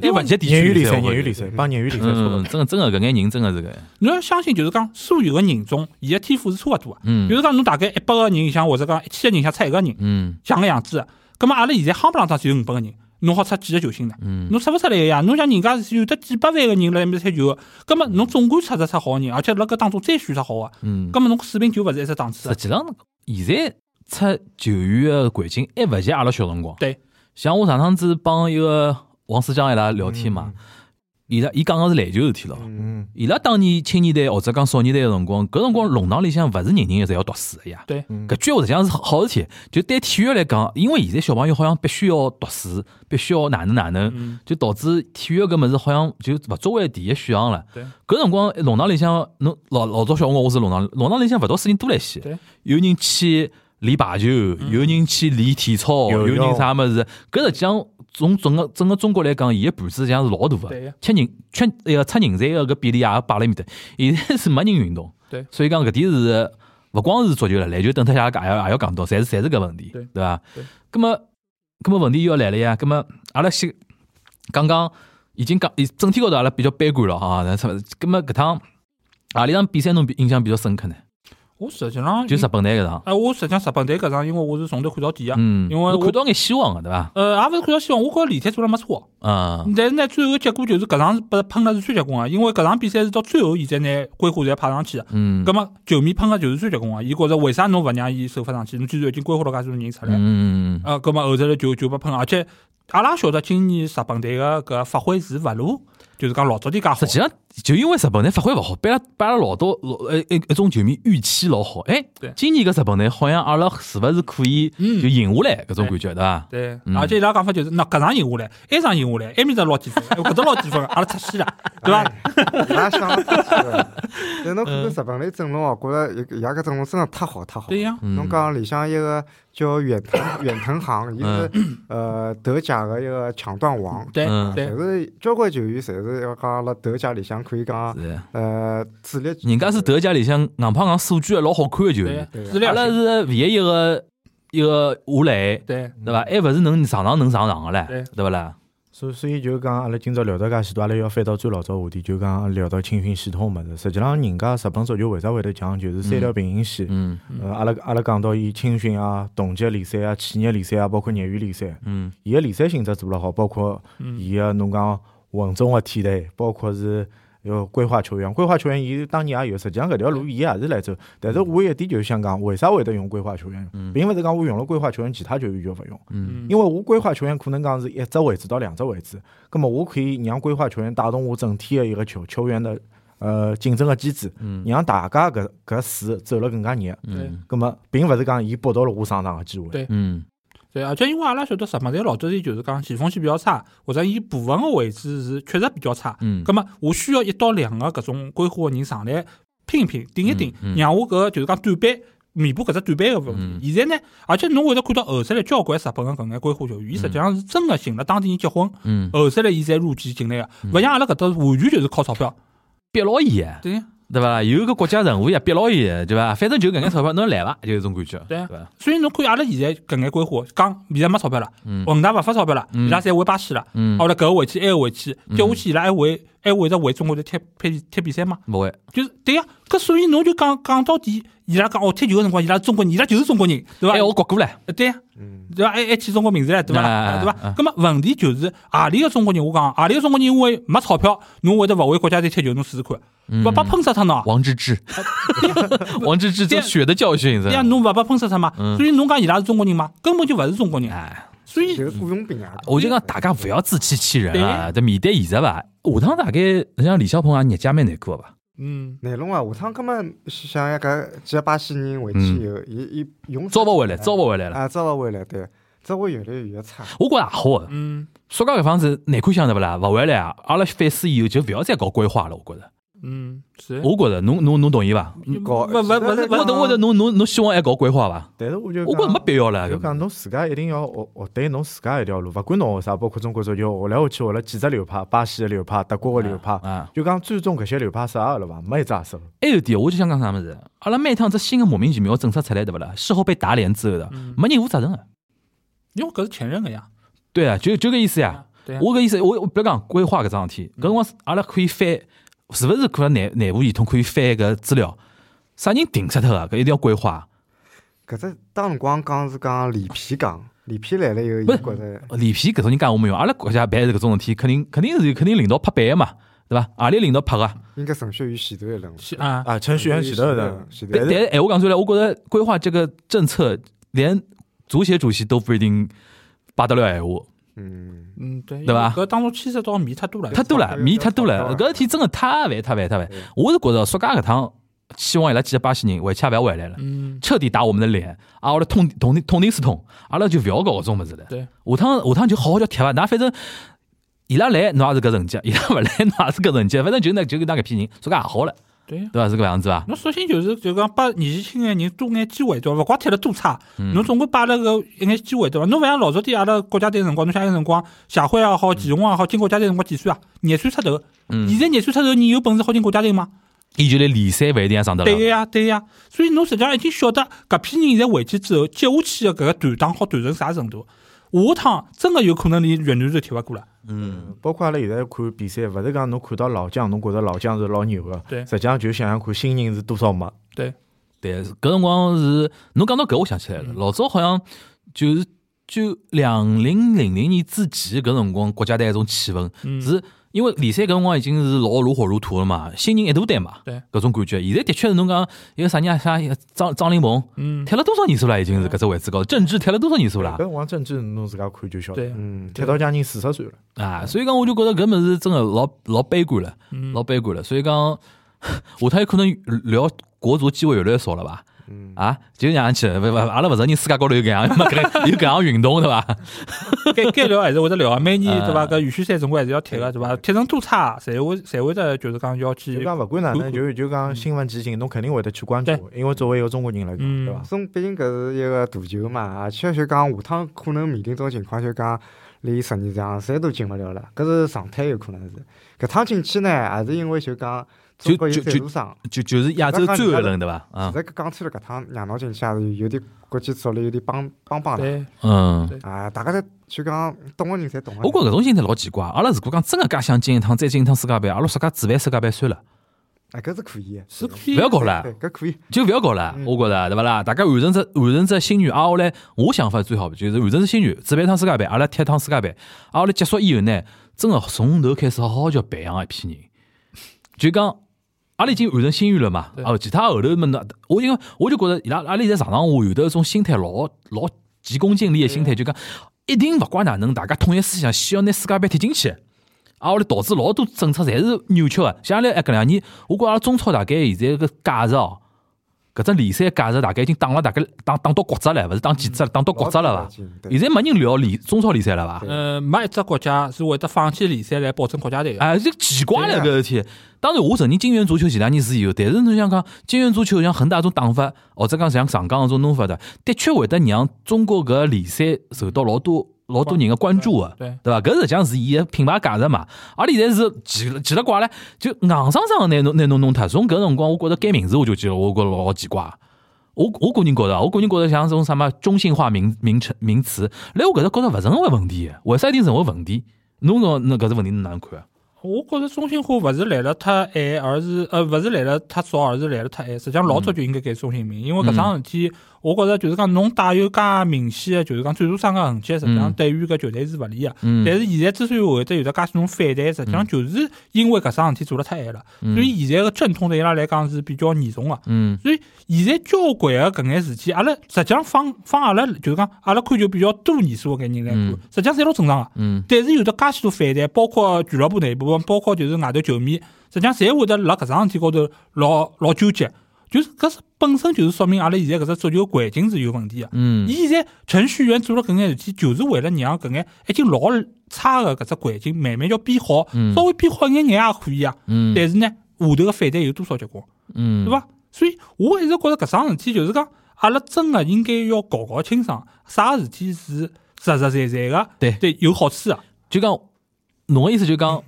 Speaker 2: 哎，勿踢地
Speaker 5: 业余
Speaker 2: 区
Speaker 5: 联赛，
Speaker 2: 我觉得
Speaker 5: 业余联赛，帮业余联赛差
Speaker 2: 嗯
Speaker 5: 勿，
Speaker 2: 真的真的搿眼人真的是搿样，
Speaker 3: 侬要相信，就是讲所有个人中，伊个天赋是差勿多个。
Speaker 2: 嗯
Speaker 3: 比如讲，侬大概一百个人里向，或者讲一千个人里向出一个人，
Speaker 2: 嗯
Speaker 3: 像个样子。啊葛末阿拉现在夯不啷当只有五百个人，侬好出几个球星呢？
Speaker 2: 嗯
Speaker 3: 侬出勿出来个呀？侬像人家是有得几百万个人辣埃面踢球个，葛末侬总归出得出好个人，而且辣搿当中再选出好啊个，
Speaker 2: 嗯。
Speaker 3: 葛末侬水平就勿是一只档次啊
Speaker 2: 实
Speaker 3: 了。
Speaker 2: 际上，现在出球员的环境还勿及阿拉小辰光。
Speaker 3: 对，
Speaker 2: 像我上趟子帮一个王思江伊拉聊天
Speaker 3: 嗯
Speaker 2: 嘛，伊拉伊讲个是篮球事体咯。
Speaker 5: 嗯，
Speaker 2: 伊拉当年青年队或者讲少年队个辰光，搿辰光弄堂里向勿是人人侪要读书个呀。
Speaker 3: 对，
Speaker 2: 搿句话实际上是好事体，就对体育来讲，因为现在小朋友好像必须要读书，必须要哪能哪能
Speaker 3: 嗯，
Speaker 2: 就导致体育搿物事好像就勿作为第一选项了
Speaker 3: 对。
Speaker 2: 搿辰光弄堂里向，侬老老早小辰光我是弄堂，弄堂里向勿到事情多了一些
Speaker 3: 对，
Speaker 2: 有人去练排球，
Speaker 3: 嗯
Speaker 2: 有人去练体操，有
Speaker 5: 游泳
Speaker 2: 人啥物事，搿实际上从整个整个中国来讲，伊个盘子实际上是老大
Speaker 3: 对
Speaker 2: 个
Speaker 3: 呀，
Speaker 2: 缺人缺那个出人才个搿比例也摆辣埃面搭，现在是没人运动。
Speaker 3: 对
Speaker 2: 所以讲搿点是勿光是足球了，篮球等脱下来也要也要讲到，侪是侪是搿问题，
Speaker 3: 对
Speaker 2: 对伐
Speaker 3: 对？
Speaker 2: 葛么，葛么问题又要来了呀。葛么，阿拉先刚刚已经讲，已整体高头阿拉比较悲观了啊。那啥，葛么搿趟何里场比赛侬比印象比较深刻呢？
Speaker 3: 我实际上
Speaker 2: 就日本队搿场，
Speaker 3: 哎，我实际上日本队搿场，因为我是从头看到底个，
Speaker 2: 嗯，
Speaker 3: 因为
Speaker 2: 侬看
Speaker 3: 我
Speaker 2: 到眼希望个对伐？
Speaker 3: 呃，也勿是看到希望，我觉着李铁做了没错。
Speaker 2: 嗯
Speaker 3: 但是呢，最后结果就是搿场是被喷了是最结棍个，因为搿场比赛是到最后现在拿规划侪派上去个。
Speaker 2: 嗯
Speaker 3: 葛末球迷喷个就是最结棍个，伊觉着为啥侬勿让伊首发上去？侬既然已经规划了介多人出来，
Speaker 2: 嗯嗯
Speaker 3: 啊，葛末后头来就就被喷，而且阿拉晓得今年日本队个搿发挥是勿如，就是讲老早点介好。
Speaker 2: 实际上，就因为日本队发挥勿好，被拉被阿拉老多老呃一一种球迷预期老好。哎
Speaker 3: 对，
Speaker 2: 今年搿日本队好像阿拉是勿是可以
Speaker 3: 嗯
Speaker 2: 就赢下来搿种感觉，对伐？
Speaker 3: 对
Speaker 2: 嗯，
Speaker 3: 而且伊拉讲法就是，那搿场赢下来，埃场赢下来，埃面搭捞几分，哎 搿搭捞几分，阿拉出线了，对
Speaker 2: 哎
Speaker 3: 伐？
Speaker 4: 伊拉想了太多了。
Speaker 2: 嗯
Speaker 4: 但侬看看日本队阵容哦，觉着伊伊拉搿阵容真的太好太好。
Speaker 3: 对呀，
Speaker 2: 嗯
Speaker 4: 侬讲里向一个叫远藤远藤航，伊是呃德甲个一个抢断王，
Speaker 3: 对
Speaker 2: 嗯
Speaker 3: 对
Speaker 4: 但是交关球员侪是要讲辣德甲里向可以讲
Speaker 2: 是，
Speaker 4: 呃主力。
Speaker 2: 人家是德甲里向硬胖硬数据老好看的球员，
Speaker 4: 对
Speaker 3: 对，
Speaker 4: 呀
Speaker 3: 质
Speaker 2: 阿
Speaker 3: 量
Speaker 2: 拉是唯一一个一个下来，
Speaker 3: 对
Speaker 2: 对伐？还勿是能上上能上上个唻，
Speaker 3: 嗯对
Speaker 2: 对勿啦？
Speaker 5: 所以所以就讲，阿拉今朝聊到介许多，阿拉要翻到最老早话题，就讲聊到青训系统物事。实际上，人家日本足球为啥会得强，就是三条平行线。
Speaker 2: 嗯
Speaker 5: 呃，阿拉阿拉讲到伊青训啊、同级联赛啊、企业联赛啊，包括业余联赛，
Speaker 2: 嗯
Speaker 5: 伊个联赛性质做了好，包括
Speaker 3: 嗯
Speaker 5: 伊个侬讲稳中个梯队，包括是要规划球员，规划球员伊当年也有，实际上搿条路伊也是来走。但
Speaker 2: 嗯
Speaker 5: 是我有一点就是想讲，为啥会得用规划球员？并勿是讲我用了规划球员，其他球员就勿用，
Speaker 2: 嗯
Speaker 5: 因为我规划球员可能讲是一只位置到两只位置，葛末我可以让规划球员带动我整体个一个球球员的呃竞争个机制，让大家搿搿水走了更加热。
Speaker 3: 嗯对
Speaker 2: 嗯
Speaker 5: 葛末并勿是讲伊剥夺了我上场个机会。
Speaker 3: 对
Speaker 2: 嗯
Speaker 3: 对，而且因为阿拉晓得日本队老早点就是讲前锋线比较差，或者伊部分个位置是确实比较差，
Speaker 2: 嗯
Speaker 3: 葛末我需要一到两个搿种规划个人上来拼一拼、顶一顶
Speaker 2: 嗯嗯，
Speaker 3: 让我搿个就是讲短板弥补搿只短板个问
Speaker 2: 嗯
Speaker 3: 题。现在呢，而且侬会得看到后头来交关日本个搿眼规划球员，伊实际上是真个寻了当地人结婚，
Speaker 2: 嗯，
Speaker 3: 后头来伊才入籍进来个，啊勿像阿拉搿搭完全就是靠钞票。
Speaker 2: 逼牢伊的，
Speaker 3: 对呀，
Speaker 2: 对伐？有个国家任务呀，逼牢伊的，对伐？反正就搿眼钞票侬来伐，就有种感觉，
Speaker 3: 对啊
Speaker 2: 伐？
Speaker 3: 所以侬看阿拉现在搿眼规划，讲现在没钞票了，
Speaker 2: 哦
Speaker 3: 恒大勿发钞票了，伊拉侪回巴西了，
Speaker 2: 嗯
Speaker 3: 后来搿个回去，埃个回去，接下去伊拉还会还会得回中国队踢踢踢比赛嘛？
Speaker 2: 勿会，
Speaker 3: 就是对呀，搿所以侬就讲讲到底，伊拉讲哦踢球个辰光，伊拉是中国人，伊拉就是中国人，对
Speaker 2: 哎，
Speaker 3: 伐？
Speaker 2: 我国过唻，
Speaker 3: 对呀，
Speaker 4: 嗯，
Speaker 3: 对伐？还还起中国名字唻，对伐
Speaker 2: 啊啊啊
Speaker 3: 啦？对
Speaker 2: 啊
Speaker 3: 伐？葛么问题就是何里个中国人，我讲何里个中国人，因为没钞票，侬会得勿为国家队踢球，侬试试看，
Speaker 2: 嗯
Speaker 3: 勿把喷死脱喏。
Speaker 2: 王治郅， 王治郅这血的教训是
Speaker 3: 哎对呀，
Speaker 2: 吧？
Speaker 3: 侬勿把喷死脱嘛？所以侬讲伊拉是中国人嘛，根本就勿是中国人。
Speaker 2: 哎，
Speaker 3: 所以
Speaker 4: 就是雇佣兵啊，
Speaker 2: 我就讲大家勿要自欺欺人啊，这面对现实吧。下趟大概像李霄鹏啊，日脚蛮难过吧？
Speaker 3: 嗯，
Speaker 4: 难弄啊！下趟搿么像一个几个巴西人回去以后，伊伊用
Speaker 2: 招嗯不回来，招不回来了。
Speaker 4: 啊，招勿回来，对，只会越来越差。
Speaker 2: 我觉着也好的，
Speaker 3: 嗯
Speaker 2: 说讲搿方子难看想对勿啦？勿回来啊！阿拉反思以后就勿要再搞规划了。我觉着，
Speaker 3: 嗯，是。
Speaker 2: 我觉着侬侬侬同意伐？
Speaker 3: 勿
Speaker 4: 搞
Speaker 3: 勿勿是
Speaker 2: 我
Speaker 3: 勿
Speaker 2: 得我得侬侬侬希望还搞规划伐？
Speaker 5: 但是我就
Speaker 2: 我觉着
Speaker 5: 讲
Speaker 2: 没必要了。
Speaker 5: 就
Speaker 2: 搿
Speaker 5: 讲侬自家一定要学学对侬自家一条路，勿管侬学啥，包括中国足球，学来学去学了几只流派，巴西的流派、德国的流派，
Speaker 2: 啊，
Speaker 5: 就讲最终搿些流派是阿个了伐？没一只合适的。
Speaker 2: 还有一点，我就想讲啥物事？阿拉每趟只新的莫名其妙政策出来，对勿啦？事后被打脸之后的，
Speaker 3: 嗯，
Speaker 2: 没人负责任的。
Speaker 3: 因为搿是前任个呀。
Speaker 2: 对啊，就就搿意思呀。
Speaker 3: 对
Speaker 5: 啊
Speaker 3: 呀。
Speaker 2: 我搿意思，我我比如讲规划搿桩事体，搿辰光是阿拉可以翻，是勿是可能内内部系统可以翻搿资料？啥人定死脱啊？搿一定要规划。
Speaker 4: 搿只当辰光讲是讲李皮讲，李皮来了以后，伊
Speaker 2: 不是
Speaker 4: 觉着
Speaker 2: 脸皮搿种人讲我没用，阿拉国家办搿种事体，肯定肯定是肯定领导拍板个嘛，对伐？阿里领导拍啊个。
Speaker 4: 应该程序员前头一轮，
Speaker 3: 是啊，
Speaker 5: 啊，程序员前头的
Speaker 4: 的，，前头
Speaker 2: 但但
Speaker 4: 一轮
Speaker 2: 是闲话讲出来，哎我觉着规划这个政策，连足协主席都不一定摆得了闲话。
Speaker 4: 嗯，
Speaker 3: 嗯对，
Speaker 2: 对吧
Speaker 3: 搿当中牵涉到米太多了。
Speaker 2: 太多了，米太多了，
Speaker 4: 嗯
Speaker 2: 搿事体真的太烦太烦太烦
Speaker 4: 嗯。
Speaker 2: 我是觉着说家搿趟，希望伊拉几个巴西人回去也勿要回来了，
Speaker 3: 嗯，
Speaker 2: 彻底打我们的脸，啊，我来痛痛定痛定思痛，阿拉就勿要搞搿种物事了。
Speaker 3: 对，
Speaker 2: 下趟下趟就好好叫踢伐，㑚反正伊拉来侬也是搿成绩，伊拉勿来 侬也是搿成绩，反正就那就那搿批人，说家也好了，
Speaker 3: 对呀。
Speaker 2: 对伐？是搿样子伐？
Speaker 3: 侬索性就是就讲拨年纪轻个人多眼机会，对伐？勿怪踢了多差，侬总归摆了个一眼机会，对伐？侬勿像老早点阿拉国家队辰光，侬想有辰光协会也好，前红也好，进国家队辰光几岁啊？廿岁出头。
Speaker 2: 嗯
Speaker 3: 现在廿岁出头人有本事好进国家队吗？
Speaker 2: 伊就连联赛勿一定也上得
Speaker 3: 对个
Speaker 2: 了。
Speaker 3: 呀，对个呀。所以侬实际上已经晓得搿批人现在回去之后，接下去的搿个团档好团成啥程度。下趟真个有可能连越南队踢勿过了。
Speaker 2: 嗯，
Speaker 5: 包括阿拉现在看比赛，勿是讲侬看到老将，侬觉着老将是老牛个，
Speaker 3: 对
Speaker 5: 实际上就想想看新人是多少没。
Speaker 3: 对，
Speaker 2: 对，搿辰光是侬讲到搿，我想起来
Speaker 3: 嗯
Speaker 2: 了，老早好像就是就两零零零年之前搿辰光，国家队一种气氛
Speaker 3: 嗯，
Speaker 2: 是因为联赛搿辰光已经是老如火如荼了嘛，新人一大堆嘛，
Speaker 3: 对，
Speaker 2: 搿种感觉。现在的确是侬讲有啥人啊，啥张张琳芃
Speaker 3: 嗯，
Speaker 2: 踢了多少年数了，已经是搿只位置高，郑智踢了多少年数了
Speaker 5: 搿辰光政治侬自家看就晓得
Speaker 3: 对，，
Speaker 4: 嗯，
Speaker 5: 踢到将近四十岁了。
Speaker 2: 啊，所以讲我就觉得搿物事真的老老悲观了，
Speaker 3: 嗯
Speaker 2: 老悲观了。所以 讲下趟有可能聊国足机会越来越少了吧？
Speaker 4: 嗯
Speaker 2: 啊，就让去，勿勿，阿拉勿承认世界高头有搿样没搿有搿样 运动对伐？
Speaker 3: 该该聊还是会得聊啊。每年
Speaker 2: 嗯
Speaker 3: 对伐？搿预选赛总归还是要踢个对伐？踢成多差，侪会侪会得就是讲要
Speaker 5: 就
Speaker 3: 去。
Speaker 5: 讲勿管哪能，
Speaker 3: 嗯
Speaker 5: 就就讲新闻集锦，侬肯定会得去关注，因为作为一个中国人来讲，
Speaker 3: 嗯
Speaker 5: 对伐？
Speaker 4: 总毕竟搿是一个大球嘛，啊而且就讲下趟可能面临种情况，就讲连十二强赛都进勿了了，搿是常态有可能是。搿趟进去呢，也是因为就讲中国有
Speaker 2: 就就
Speaker 4: 赞助商，
Speaker 2: 就就是亚洲最后一轮对伐？啊
Speaker 4: 其，实搿讲穿了搿趟让侬进去也是有点国际足联有点帮帮帮的
Speaker 3: 对，
Speaker 2: 嗯，
Speaker 4: 啊，大家侪就讲懂个人侪懂啊个。
Speaker 2: 我觉得搿种心态老奇怪。阿拉如果讲真个介想进一趟，再进一趟世界杯，阿拉自家主办世界杯算了，
Speaker 4: 啊，搿是可以的，
Speaker 3: 是可
Speaker 2: 勿
Speaker 3: 以。
Speaker 2: 要搞 了
Speaker 4: 对，，搿可以。
Speaker 2: 就勿要搞
Speaker 3: 嗯
Speaker 2: 了。我觉着对勿啦？大家完成只完成只心愿，啊，后来我想法最好就是完成只心愿，主办一趟世界杯，阿拉踢一趟世界杯，啊，后来结束以后呢，真个从头开始好好叫培养一批人，就讲。阿拉已经完成心愿了嘛？
Speaker 3: 对
Speaker 2: 啊，其他后头么呢？我因为我就觉着伊拉阿拉现在上上下下有的一种心态老老急功近利的心态，就讲一定勿怪哪能，大家统一思想，先要拿世界杯踢进去。啊，我来导致老多政策侪是扭曲的。像阿拉搿两年，我觉着阿拉中超大概现在搿价值哦，搿只联赛价值大概已经打了大概打打到骨折了，勿是打几折了，打到骨折了伐？
Speaker 4: 对
Speaker 2: 现在没人聊联中超联赛了伐？
Speaker 3: 呃，没一只国家是会得放弃联赛来保证国家队个。
Speaker 2: 哎，这奇怪了搿
Speaker 4: 对
Speaker 2: 事体。当然，我承认金元足球前两年是有，但是侬想讲金元足球像恒大种打法，或者讲像上港搿种弄法的，的确会得让中国搿联赛受到老多老多人的关注的，
Speaker 3: 对
Speaker 2: 对伐？搿实际上是伊个品牌价值嘛。阿拉现在是奇了奇了怪了，就硬生生地拿侬拿侬弄脱。从搿辰光，我觉着改名字我就觉得我觉着老奇怪。我我个人觉着，我个人觉着像这种什么中性化名名称名词，来我搿搭觉着勿成为问题的，为啥一定成为问题？侬搿侬搿只问题侬哪能看啊？
Speaker 3: 我觉着中心化勿是来了太晚，而是呃勿是来了太少，而是来了太晚。实际上
Speaker 2: 嗯
Speaker 3: 老早就应该改中心名，因为搿桩事体，我觉着就是讲侬带有介明显的，就是讲赞助商个痕迹，实际上
Speaker 2: 嗯
Speaker 3: 对于搿球队是勿利个。
Speaker 2: 嗯
Speaker 3: 但是现在之所以会得有得介许多反弹，实际上就是因为搿桩事体做了太晚了，所以现在个阵痛对伊拉来讲是比较严重个。
Speaker 2: 嗯
Speaker 3: 所以现在交关个搿眼事体，阿拉实际上放放阿拉就是讲阿拉看球比较多年数个搿眼人来看
Speaker 2: 嗯，
Speaker 3: 实际上侪老正常个。
Speaker 2: 嗯
Speaker 3: 但是有得介许多反弹，包括俱乐部内部，包括就是外头球迷，实际上侪会得辣搿桩事体高头老老纠结。就是搿是本身就是说明阿拉现在搿只足球环境是有问题个。
Speaker 2: 嗯，
Speaker 3: 伊现在程序员做了搿眼事体，就是为了让搿眼已经老差个搿只环境慢慢要变好，
Speaker 2: 嗯
Speaker 3: 稍微变好一眼眼也可以啊。
Speaker 2: 嗯，
Speaker 3: 但是呢，下头个反弹有多少结棍，
Speaker 2: 嗯，
Speaker 3: 对？伐？所以我一直觉着搿桩事体就是讲，阿拉真个应该要搞搞清爽，啥事体是实实在在个，
Speaker 2: 对
Speaker 3: 对，有好处个。
Speaker 2: 就讲侬个意思就讲，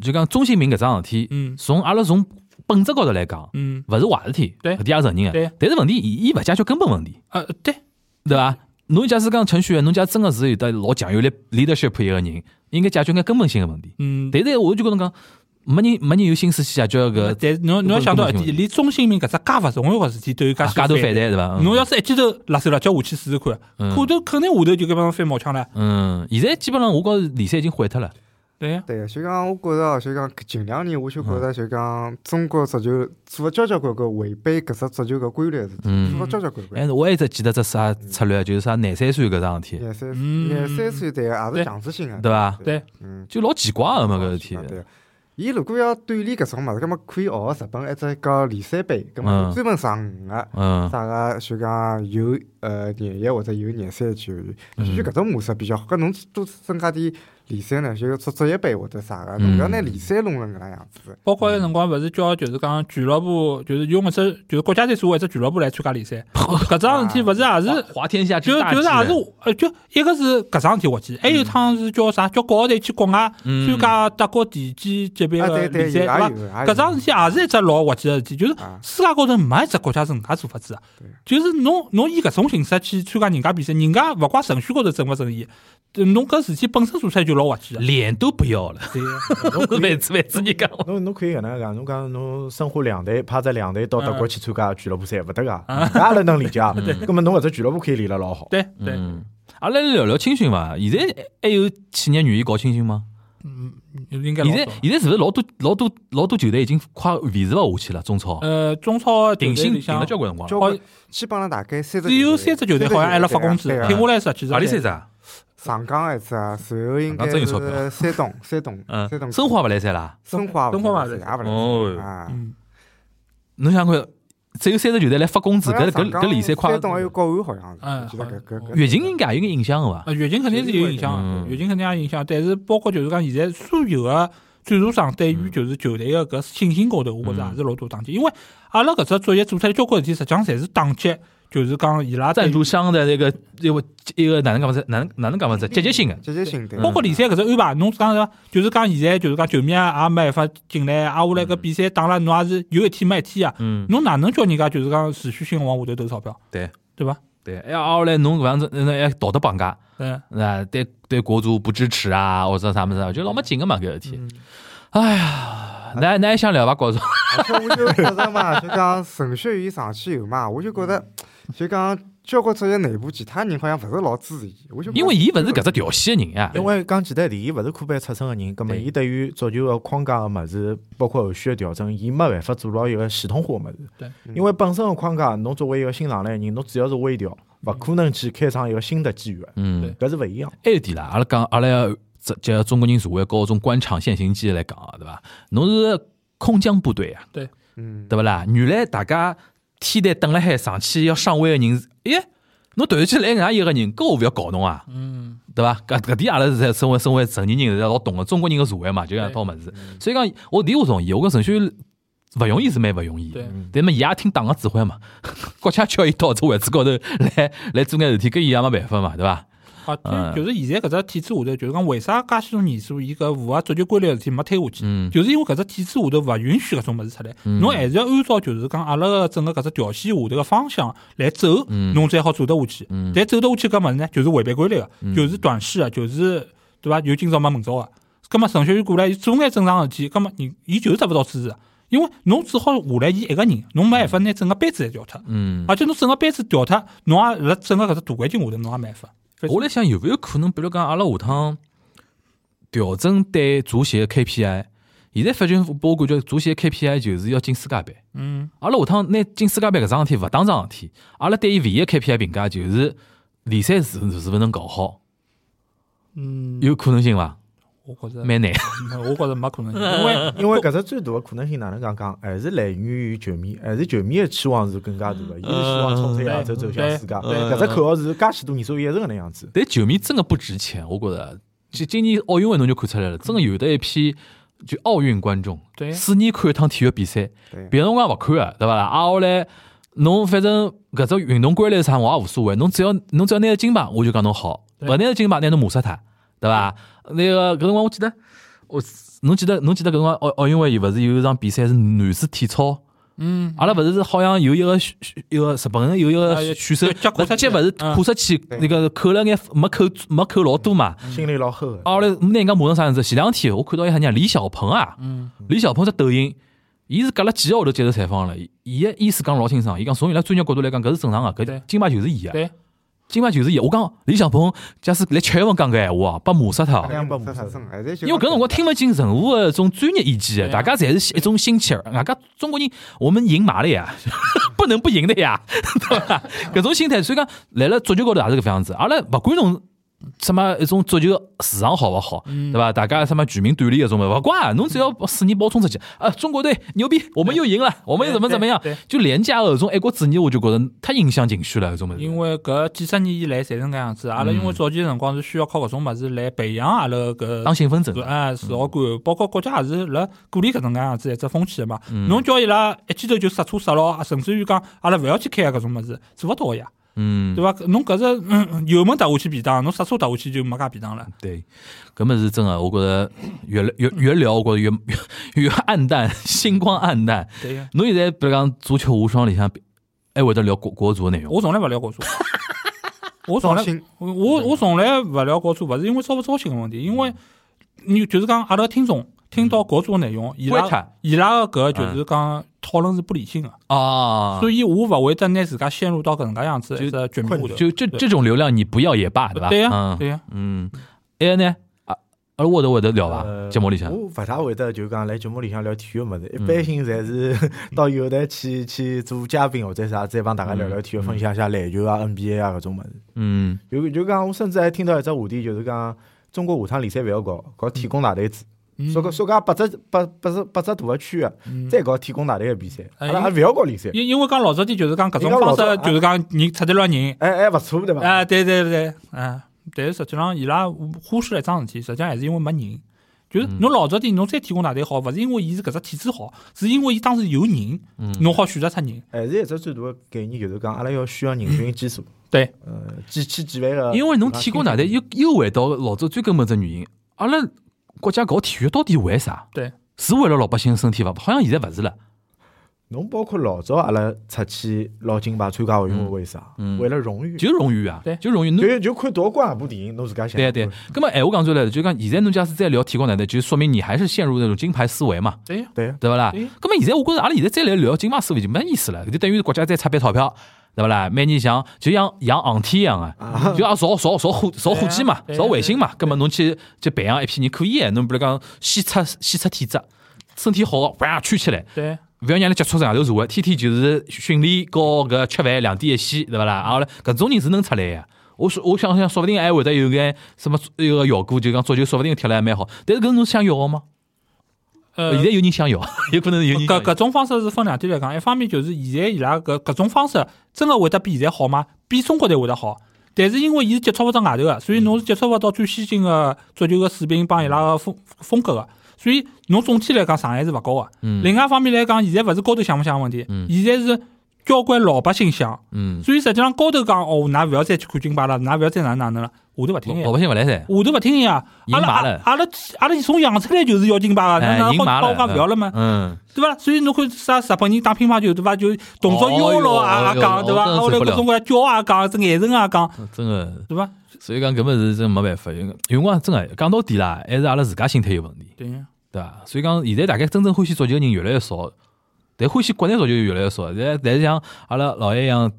Speaker 2: 就讲中性民搿桩事体，
Speaker 3: 嗯
Speaker 2: 从阿拉从本质高头来讲，
Speaker 3: 嗯，
Speaker 2: 勿是坏事体，
Speaker 3: 对
Speaker 2: 搿点也承认
Speaker 3: 对
Speaker 2: 个。但是问题，伊伊勿解决根本问题，
Speaker 3: 呃，对，
Speaker 2: 对伐？侬假使讲程序员，侬假使真个是有得老强有力 leadership 一个人，应该解决眼根本性个问题。
Speaker 3: 嗯，
Speaker 2: 但是我就跟侬讲，没人没人有心思去解决搿
Speaker 3: 但是侬侬要想到一
Speaker 2: 根本性
Speaker 3: 点，连中性民搿只介勿重要个事体都有介
Speaker 2: 啊
Speaker 3: 许
Speaker 2: 加多反弹，对伐？嗯
Speaker 3: 侬要是一记头辣手辣椒下去试试看，
Speaker 2: 嗯
Speaker 3: 可头肯定下头就搿帮翻毛腔了。
Speaker 2: 嗯，现在基本上我觉着联赛已经毁脱了。
Speaker 3: 对呀，
Speaker 4: 对个，就讲我觉着，就讲近两年，我就
Speaker 2: 嗯
Speaker 4: 觉着就讲中国足球做了交交关关违背搿只足球个规律个事体，
Speaker 2: 嗯
Speaker 4: 做了交交关关。
Speaker 2: 哎，我一直记得只啥策略，就是啥廿三岁搿桩事体，
Speaker 4: 廿三
Speaker 3: 嗯
Speaker 4: 廿三岁对个，也是强制性个，
Speaker 2: 对伐？
Speaker 3: 对，
Speaker 4: 嗯，
Speaker 2: 就老奇怪个嘛搿事体
Speaker 4: 啊。对个。伊如果要锻炼搿种物事，葛末可以学日本一只叫联赛杯，葛末
Speaker 2: 嗯
Speaker 4: 专门上五个。
Speaker 2: 嗯
Speaker 4: 啥个就讲有呃廿一或者有廿三球员，就
Speaker 2: 嗯
Speaker 4: 就搿种模式比较好。搿侬多增加点联赛呢，就做职业杯或者啥个，侬勿要拿
Speaker 2: 嗯
Speaker 4: 联赛弄成搿能样子。
Speaker 3: 包括有辰光勿是叫就是讲俱乐部，就是用一只就是国家队作为一只俱乐部来参加联赛，搿桩事体勿是也是
Speaker 2: 华天下之
Speaker 3: 就
Speaker 2: 啊大
Speaker 3: 就
Speaker 2: 忌
Speaker 3: 是也
Speaker 2: 嘞
Speaker 3: 是呃，就一个是搿桩事体滑稽，还有一趟是叫啥叫国奥队去国外
Speaker 2: 嗯
Speaker 3: 参加德国第几级别
Speaker 4: 啊，
Speaker 3: 个
Speaker 4: 对对，
Speaker 3: 联
Speaker 4: 也
Speaker 3: 赛，
Speaker 4: 有
Speaker 3: 对伐？搿
Speaker 4: 搿
Speaker 3: 桩事体也是一只老滑稽个事体，就是
Speaker 4: 啊
Speaker 3: 世界高头没一只国家是搿能介做法子个
Speaker 4: 对，
Speaker 3: 就是侬侬以搿种形式去参加人家比赛，人家勿怪程序高头正勿正义，呃侬搿事体本身做出来就老滑稽个。
Speaker 2: 脸都不要了，
Speaker 3: 对，
Speaker 2: 每次每次你讲 我，
Speaker 5: 侬侬可以搿能介讲，侬讲侬申花两队派只两队到
Speaker 3: 嗯
Speaker 5: 德国去参加俱乐部赛，勿得噶， 搿阿拉能理 解啊。葛末侬搿只俱乐部可以练了老好。
Speaker 3: 对对，
Speaker 2: 嗯，阿拉来聊聊青训伐？现在还有企业愿意搞青训吗？
Speaker 3: 嗯应该老
Speaker 2: 现在
Speaker 3: 早。
Speaker 2: 现在是勿是老多老多老多球队已经快维持勿下去了？中超
Speaker 3: 呃，中超
Speaker 2: 顶薪
Speaker 3: 里
Speaker 2: 顶了
Speaker 3: 向
Speaker 2: 交关辰光了，
Speaker 4: 交
Speaker 3: 好
Speaker 4: 关，基本上大概三
Speaker 3: 哦只
Speaker 4: 只球队，
Speaker 3: 有三只球队好像还辣发工资，
Speaker 4: 对啊
Speaker 3: 听下来是几只？
Speaker 2: 哪里三只啊？
Speaker 4: 上港一只，随后啊
Speaker 2: 上
Speaker 4: 应该
Speaker 2: 港真有钞票
Speaker 4: 是山东，山东，
Speaker 2: 嗯
Speaker 4: 山，东，
Speaker 2: 申花勿来赛啦？
Speaker 4: 申花不
Speaker 3: 申花
Speaker 4: 来
Speaker 3: 嘛
Speaker 4: 也勿来
Speaker 2: 哦
Speaker 4: 啊。
Speaker 3: 嗯，
Speaker 2: 侬想看，只有三十球队来发工资，
Speaker 4: 好像
Speaker 2: 搿
Speaker 4: 上
Speaker 2: 搿
Speaker 4: 港
Speaker 2: 搿联赛快
Speaker 4: 山东还有国安，好像是，
Speaker 3: 嗯
Speaker 4: 我记得搿
Speaker 3: 好
Speaker 4: 搿
Speaker 3: 像
Speaker 4: 搿
Speaker 2: 月经应该也有眼影响个伐？
Speaker 3: 呃，月经肯定是有
Speaker 2: 嗯
Speaker 3: 影响，月经肯定也有影响，但是包括就是讲现在所有个赞助商对
Speaker 2: 嗯
Speaker 3: 于就是球队个搿信心高头，我觉着也是老大打击，因为阿拉搿只作业做出来交关事体，实际上侪是打击，就是讲伊拉对于
Speaker 2: 赞助。商的那个一个一个哪能讲法子？哪能哪能讲法子？积极性个，
Speaker 4: 积极性
Speaker 2: 嗯
Speaker 4: 对。
Speaker 3: 嗯包括联赛搿只安排，侬讲啥？就是讲现在就是讲球迷啊也没办法进来，啊，下来搿比赛打了，侬也是有一天没一天啊，
Speaker 2: 嗯，
Speaker 3: 侬哪能叫人家就是讲持续性地往下头投钞票？
Speaker 2: 对
Speaker 3: 对伐？
Speaker 2: 对。还要挨下来侬搿样子，那还道德绑架。
Speaker 3: 嗯，
Speaker 2: 那对对国足不支持啊，或者啥么子啊，就老没劲个嘛，搿事体。哎呀，那那还想聊伐？告诉我，
Speaker 4: 而啊且我就觉着嘛，就讲程序员上去以后嘛，我就觉着，
Speaker 3: 嗯
Speaker 4: 就讲交关职业内部其他人好像勿是老支持伊，我就
Speaker 2: 因为伊勿是搿只调戏个人呀。
Speaker 5: 因为讲简单点，伊勿是科班出身个人，葛末
Speaker 2: 对
Speaker 5: 伊对于足球个框架个物事，包括后续个调整，伊没办法做牢一个系统化个物事。
Speaker 3: 对，
Speaker 5: 因为本身个框架，侬作为一个新上来个人，侬只要是微调，
Speaker 3: 嗯
Speaker 5: 勿可能去开创一个新的纪元，
Speaker 2: 嗯
Speaker 3: 对，
Speaker 5: 搿是勿一样。
Speaker 2: 还有点啦，阿拉讲阿拉要这这中国人社会高种官场现行机来讲啊，对伐？侬是空降部队啊，
Speaker 4: 嗯，
Speaker 2: 对勿啦？原来大家天台等了海上去要上位个人，哎，侬突然间来搿样一个人，搿我勿要搞侬啊，
Speaker 3: 嗯，
Speaker 2: 对伐？搿搿点阿拉是在身为身为成年人是老懂个，中国人个社会嘛，就搿样一套物事。所以讲，我第一我同意，我跟程序员勿容易是蛮勿容易的。
Speaker 3: 对。
Speaker 2: 但么伊也听党个指挥嘛， 国家叫伊到这位置高头来来做眼事体，搿伊也没办法嘛，对伐？
Speaker 3: 啊，
Speaker 2: 嗯
Speaker 3: 对，就是现在搿只体制下头，就是讲为啥介许多年数，伊搿符合足球规律个事体没推下去，
Speaker 2: 嗯
Speaker 3: 就是因为搿只体制下头勿允许搿种物事出来，侬还是要按照就是讲阿拉个整个搿只调线下头个方向来走，
Speaker 2: 嗯
Speaker 3: 侬才好走得下去。但走得下去搿物事呢，就是违背规律个，就是短视个，就是对伐？有今朝没明朝个。葛末程序员过来，伊做眼正常个事体，葛末人伊就是得勿到支持，啊因为侬只好下来伊一个人，侬没办法拿整个班子来调脱，
Speaker 2: 嗯，
Speaker 3: 而且侬整个班子调脱，侬也辣整个搿只大环境下头侬也没办法。
Speaker 2: 我来想有没有可能，比如讲阿拉下趟调整对足协的 KPI，现在发觉我感觉足协 KPI 就是要进世界杯。
Speaker 3: 嗯，
Speaker 2: 阿拉下趟拿进世界杯搿桩事体勿当桩事体，阿拉对伊唯一的 KPI 评价就是联赛是是勿是能搞好，
Speaker 3: 嗯，
Speaker 2: 有可能性伐？
Speaker 3: 我觉着，
Speaker 2: 蛮难。
Speaker 3: 我觉着没可能， 因 为
Speaker 5: 因为搿只最大的可能性哪能讲讲，还是来源于球迷，还是球迷的期望是更加大的，
Speaker 2: 嗯
Speaker 5: 伊是希望冲出亚洲走向世界。搿只口号是介许多年，所以一直搿能样子。
Speaker 2: 但球迷真的不值钱，我觉得。就今年奥运会侬就看出来了，真的有的一批就奥运观众，
Speaker 3: 对
Speaker 2: 四年看一趟体育比赛
Speaker 4: 对，
Speaker 2: 别的辰光勿看个，对伐啦？啊，后来侬反正搿只运动规律是啥我也无所谓，侬只要侬只要拿着金牌，我就讲侬好；
Speaker 3: 对
Speaker 2: 勿拿着金牌，拿侬骂死他，对伐？那个搿辰光我记得，我侬记得侬记得搿辰光奥奥运会伊勿是有一场比赛是男子体操？
Speaker 3: 嗯，
Speaker 2: 阿拉勿是是好像有一个选选一个日本人有一
Speaker 3: 啊
Speaker 2: 个
Speaker 3: 有
Speaker 2: 选手
Speaker 3: 有，脚
Speaker 2: 勿
Speaker 3: 跨
Speaker 2: 直
Speaker 3: 出
Speaker 2: 接
Speaker 3: 去
Speaker 2: 勿是
Speaker 3: 嗯
Speaker 2: 跨出去
Speaker 4: 对
Speaker 2: 那个扣了眼没扣没扣老多嘛。
Speaker 5: 心里老厚个。
Speaker 2: 啊，后来那人家骂成啥样子？前两天我看到一下人家李小鹏啊，
Speaker 3: 嗯，
Speaker 2: 李小鹏只抖音，伊是隔了几个号头接受采访了，伊伊个意思讲老清爽，伊讲从伊拉专业角度来讲，搿是正常个，搿
Speaker 3: 对
Speaker 2: 金牌就是伊个，
Speaker 3: 对，
Speaker 2: 金牌就是伊个。我讲李小鹏，假使来七月份讲搿闲话啊，被骂死脱啊。
Speaker 5: 两百五
Speaker 4: 哎这
Speaker 5: 十
Speaker 4: 才真还是就
Speaker 2: 因为搿辰光听勿进任何一种专业意见，
Speaker 3: 对
Speaker 2: 大
Speaker 3: 啊
Speaker 2: 家侪是一种心气儿。外加中国人，我们赢麻了呀， 不能不赢的呀， 对吧？搿种心态，所以讲，来了足球高头也是搿副样子。阿拉勿管侬什么一种足球市场好勿好，
Speaker 3: 嗯
Speaker 2: 对吧？大家什么全民锻炼搿种嘛，勿管侬只要把四年包冲出去，啊，中国队牛逼，我们又赢了，我们又怎么怎么样
Speaker 3: 对对对，
Speaker 2: 就廉价的搿种哎爱国主义，我就觉得太影响情绪了，搿种物事。
Speaker 3: 因为搿几十年以来侪是搿样子，阿拉因为早期辰光是需要靠搿种物事来培养阿拉搿
Speaker 2: 当兴奋剂，
Speaker 3: 啊，自我感，包括国家也是辣鼓励搿种介样子一只风气的嘛。
Speaker 2: 嗯
Speaker 3: 侬叫伊拉一记头就刹车刹牢，啊甚至于讲阿拉勿要去开啊搿种物事，做勿到个呀，
Speaker 2: 嗯，
Speaker 3: 对伐？侬搿只嗯油门踏下去便当，侬刹车踏下去就没介便当了。
Speaker 2: 对，搿么是真的，我觉着越来越越聊，我觉着越越暗淡， 星光暗淡。
Speaker 3: 对呀，
Speaker 2: 侬现在比如讲足球无双里向，还会得聊国国足的内容。
Speaker 3: 我从来勿聊国足，我从
Speaker 4: 装
Speaker 3: 来
Speaker 4: 心，
Speaker 3: 我我我从来勿聊国足，勿是因为操勿操心个问题，因为你就是讲阿拉听众听到国足的内容，伊
Speaker 2: 观
Speaker 3: 拉
Speaker 2: 察
Speaker 3: 伊拉个搿就是讲讨论是不理性个，
Speaker 2: 嗯啊，
Speaker 3: 所以我勿会得拿自家陷入到搿能介样子
Speaker 2: 就
Speaker 3: 一只绝命里头。
Speaker 2: 就这这种流量你不要也罢，对吧？
Speaker 3: 啊对呀、
Speaker 2: 嗯
Speaker 3: 对呀、啊
Speaker 2: 嗯，还有呢，啊，阿拉会得会得聊伐？
Speaker 5: 呃
Speaker 2: 节目里向嗯
Speaker 5: 我勿大会得就讲来节目里向聊体育物事，一般性侪是 到有台去去做嘉宾或者啥，再帮大家聊聊体育，分享一下篮球啊、NBA 啊搿种物事。
Speaker 2: 嗯，
Speaker 5: 就就讲，我甚至还听到一只话题，就是讲中国下趟联赛勿要搞搞体工大队制，
Speaker 3: 嗯
Speaker 5: 说个说讲八只八八只八只大个区啊，
Speaker 3: 嗯
Speaker 5: 再搞体工大队个比赛，阿
Speaker 3: 哎
Speaker 5: 拉也勿要搞联赛，
Speaker 3: 因因为讲老早点就是讲搿种
Speaker 5: 人家
Speaker 3: 方
Speaker 5: 老早啊
Speaker 3: 式，就是讲人出得了人，
Speaker 5: 哎哎勿错对伐？
Speaker 3: 啊，对对对，啊，但是实际上伊拉忽视了一桩事体，实际上还是因为没人。就是
Speaker 2: 嗯
Speaker 3: 侬老早点侬再提供哪队好，勿是因为伊是搿只体制好，是因为伊当时有人，
Speaker 2: 嗯
Speaker 3: 侬好选择出人。
Speaker 5: 还是一哎只最大个概念，就是讲阿拉要需要人均基数，
Speaker 3: 对，
Speaker 5: 呃，几千几万
Speaker 3: 呃
Speaker 5: 个。
Speaker 2: 嗯因为侬提供哪能又又回到老早最根本只原因，阿拉国家搞体育到底为啥？
Speaker 3: 对，
Speaker 2: 是为了老百姓身体伐？好像现在勿是了。
Speaker 5: 侬包括老早阿拉出去捞金牌参加奥运会为啥？为了荣誉。
Speaker 2: 嗯就荣誉啊，
Speaker 3: 对
Speaker 2: 就荣誉。侬
Speaker 5: 就就看夺冠也部电影，侬自家想。
Speaker 2: 对对，那么哎，我讲出来了，就讲现在侬假使再聊体育男的，就说明你还是陷入那种金牌思维嘛，
Speaker 3: 对呀，
Speaker 5: 对啊，
Speaker 2: 对不啦
Speaker 3: 对？
Speaker 2: 那么现在我觉着阿拉现在再来聊金牌思维就没意思了，就等于国家再出笔钞票，对不啦？每年像就像养航天一样啊，就要造造造火造火箭嘛，
Speaker 3: 对啊
Speaker 2: 造卫星嘛，那么侬去去培养一批人可以的，侬比如讲先测先测体质，身体好，啪圈起来。
Speaker 3: 对，啊
Speaker 2: 勿要让伊接触外头社会，天天就是训练和搿吃饭两点一线，对勿啦？啊，搿种人是能出来个。我说，我想想，说勿定还会得有眼什么一个效果，就讲足球说勿定踢了还蛮好。但是搿侬想要个吗？
Speaker 3: 呃，
Speaker 2: 现在有人想要， 有可能有人想
Speaker 3: 搿
Speaker 2: 要。
Speaker 3: 搿种方式是分两点来讲，一方面就是现在伊拉搿搿种方式真个会得比现在好吗？比中国队会得好，但是因为伊是接触勿到外头个，所以侬是接触勿到最先进个足球个水平帮伊拉个风风格个，所以侬总体来讲上限是勿高个。
Speaker 2: 嗯
Speaker 3: 另外一方面来讲，现在勿是高头想勿想个问题，
Speaker 2: 嗯
Speaker 3: 现在是交关老百姓想，
Speaker 2: 嗯，
Speaker 3: 所以实际上高头讲哦，㑚勿要再去看金牌了，㑚勿要再哪能哪能了，下头勿听
Speaker 2: 老
Speaker 3: 呀
Speaker 2: 老。百姓勿来噻。
Speaker 3: 下头勿听呀，阿拉
Speaker 2: 赢麻
Speaker 3: 阿
Speaker 2: 了
Speaker 3: 阿拉阿拉从养出来就是要金牌个，
Speaker 2: 哎
Speaker 3: 哪能
Speaker 2: 赢
Speaker 3: 好
Speaker 2: 麻
Speaker 3: 帮我讲
Speaker 2: 了，
Speaker 3: 勿要了嘛？
Speaker 2: 嗯，
Speaker 3: 对伐？所以侬看啥日本人打乒乓球对伐？就动作妖娆啊
Speaker 2: 哦哟
Speaker 3: 也讲对伐？
Speaker 2: 哦真
Speaker 3: 啊后
Speaker 2: 受
Speaker 3: 来
Speaker 2: 不了
Speaker 3: 各种各样叫啊讲，这眼神啊讲
Speaker 2: 嗯真个，
Speaker 3: 对伐？
Speaker 2: 所以讲搿么是真没办法。有有辰光真个讲到底啦，还是阿拉自家心态有问题。
Speaker 3: 对呀，
Speaker 2: 对伐？所以讲，现在大家真正欢喜足球的人越来越少，但欢喜国内足球越来越少。但但是像阿拉老一样，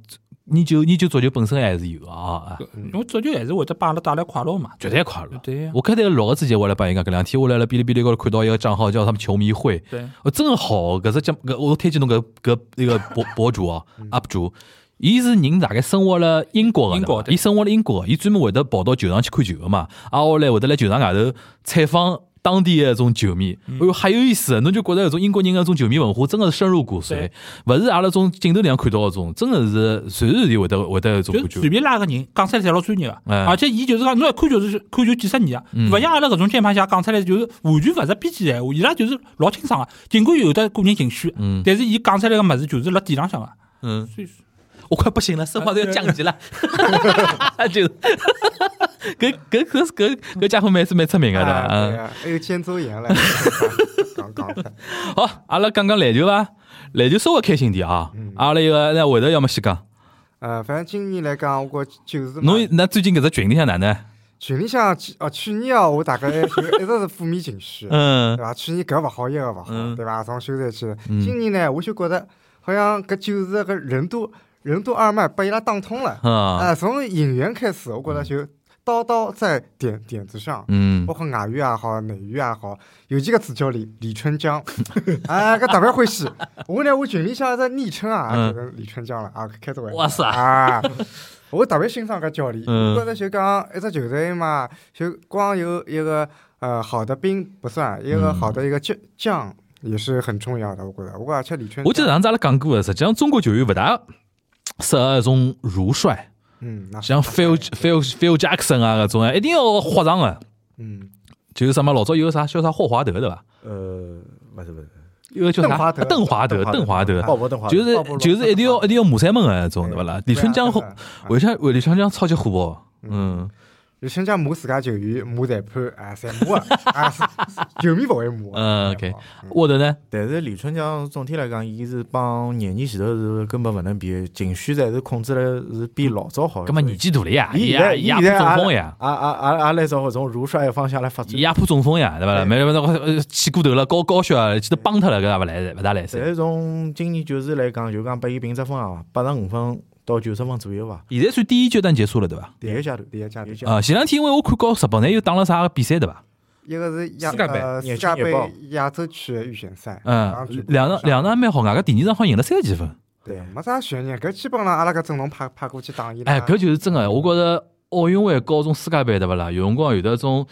Speaker 2: 研究研究足球本身还是有啊，啊
Speaker 3: 因为足球还是会得帮阿拉带来快乐嘛。
Speaker 2: 绝对快乐。
Speaker 3: 对呀，啊
Speaker 2: 我开头六个之前，我来帮伊讲，搿两天我来了哔哩哔哩高头看到一个账号叫他们球迷会，
Speaker 3: 对
Speaker 2: 哦，真的好，搿只节目搿我推荐侬搿搿一个博博主哦，UP 主，伊是人大概生活了英国个，
Speaker 3: 英国
Speaker 2: 对吧
Speaker 3: 对
Speaker 2: 伊生活了英国，伊专门会得跑到球场去看球个嘛，啊，后来会得来球场外头采访。当地的一种球迷，哎哟，还有意思，侬就觉得搿种英国人的搿种球迷文化真的是深入骨髓
Speaker 3: 对，
Speaker 2: 勿是阿拉种镜头里向看到搿种，真的是随时随地会得会得有种
Speaker 3: 就
Speaker 2: 感
Speaker 3: 随
Speaker 2: 觉。
Speaker 3: 便拉个人讲出来侪老专业个，
Speaker 2: 哎嗯
Speaker 3: 而且伊就是讲，侬一看就是看球几十年啊，勿像阿拉搿种键盘侠讲出来就是完全勿是编辑闲话，伊拉就是老清爽个，啊尽管有得个人情绪，
Speaker 2: 嗯
Speaker 3: 但是伊讲出来个物事就是辣点浪向个。啊
Speaker 2: 嗯，
Speaker 3: 所以
Speaker 2: 我快不行了，生活都要降级了，就，搿搿搿搿搿家伙蛮是蛮出名个的，
Speaker 4: 啊
Speaker 2: 嗯
Speaker 4: 对。啊还有肩 周炎了，讲讲出来
Speaker 2: 好，阿拉讲讲篮球伐？篮球稍微开心点啊！
Speaker 4: 嗯
Speaker 2: 阿拉一个那回头要么先讲，
Speaker 4: 呃，反正今年来讲，我觉着就是嘛
Speaker 2: 侬那最近搿只群里向哪能？
Speaker 4: 群里向去哦，去年啊，我大概就一直是负面情绪，
Speaker 2: 嗯
Speaker 4: 对伐？去年搿勿好，一个勿
Speaker 2: 嗯
Speaker 4: 好，对伐？从休赛期，
Speaker 2: 嗯
Speaker 4: 今年呢，我就觉着好像搿就是搿任督任督二脉被伊拉打通了。
Speaker 2: 啊
Speaker 4: 啊，从引援开始，我觉着就刀刀在点点子上，
Speaker 2: 嗯
Speaker 4: 包括外援也好，内援也好，尤其个主教练李春江， 哎，搿特别欢喜。我呢，我群里向只昵称啊，
Speaker 2: 嗯
Speaker 4: 就是李春江了啊，开着玩笑。
Speaker 2: 哇塞
Speaker 4: 啊！我特别欣赏搿教练，
Speaker 2: 嗯
Speaker 4: 我觉着就讲一只球队嘛，就光有一个呃好的兵不算，一个好的一个将将也是很重要的。我觉着，我而且李春江，
Speaker 2: 我记得上次阿拉讲过的，实际上中国球员勿大适合一种如帅，
Speaker 4: 嗯，那
Speaker 2: 像 Phil Phil Phil Jackson 啊搿种啊，一定要豁上的。
Speaker 4: 嗯，
Speaker 2: 就是什么老早有个啥叫啥霍华德对伐？
Speaker 5: 呃，勿是勿是，
Speaker 2: 有个叫
Speaker 4: 邓华
Speaker 2: 啥？
Speaker 4: 德
Speaker 2: 邓华德，邓
Speaker 5: 邓
Speaker 2: 华
Speaker 5: 华
Speaker 2: 德，
Speaker 5: 鲍勃邓华
Speaker 2: 就
Speaker 4: 鲍勃
Speaker 2: 是
Speaker 4: 罗
Speaker 2: 就是一定要一定要马三门的那啊种对勿啦？李春江
Speaker 4: 对啊
Speaker 2: 为啥哎为李春江超级火爆？嗯，
Speaker 4: 李春江骂自家球员，骂裁判，啊，侪骂的，啊，是是球迷勿会骂的。
Speaker 2: 嗯，OK 沃德呢？
Speaker 5: 但是李春江总体来讲，伊是帮廿年前头是根本勿能比，情绪侪是控制了是比老早好。
Speaker 2: 葛么年啊纪大了呀，
Speaker 5: 伊
Speaker 2: 伊
Speaker 5: 现
Speaker 2: 也
Speaker 5: 在
Speaker 2: 伊
Speaker 5: 伊
Speaker 2: 也
Speaker 5: 现
Speaker 2: 不
Speaker 5: 在
Speaker 2: 中
Speaker 5: 阿
Speaker 2: 风呀，
Speaker 5: 阿阿阿阿来朝从如帅方向来发展
Speaker 2: 伊。也破中风呀，对伐啦？
Speaker 5: 对
Speaker 2: 没没没，呃起过头了，高高血压，记得帮脱了，搿也勿来，勿大来
Speaker 5: 但
Speaker 2: 塞。
Speaker 5: 是从今年就是来讲，就讲拨伊评职分啊，八十五分到九十分左右伐。
Speaker 2: 现在算第一阶段结束了，对伐？
Speaker 5: 第一阶段，
Speaker 4: 第一阶段
Speaker 5: 第一阶段，
Speaker 2: 啊，前两天因为我看高日本呢又打了啥个比赛，对伐？
Speaker 4: 一个是亚
Speaker 5: 世界杯
Speaker 4: 呃世
Speaker 5: 眼
Speaker 4: 界
Speaker 5: 睛也爆
Speaker 4: 杯亚洲区的预选赛，然后
Speaker 2: 嗯
Speaker 4: 全部，
Speaker 2: 两场
Speaker 4: 上
Speaker 2: 两场蛮好，外加第二场好像赢了三十几分。
Speaker 4: 对，没啥悬念，搿基本上阿拉搿阵容派派过去打伊拉。
Speaker 2: 哎，搿就是真个，我觉着奥运会高中世界杯对勿啦？有辰光有得种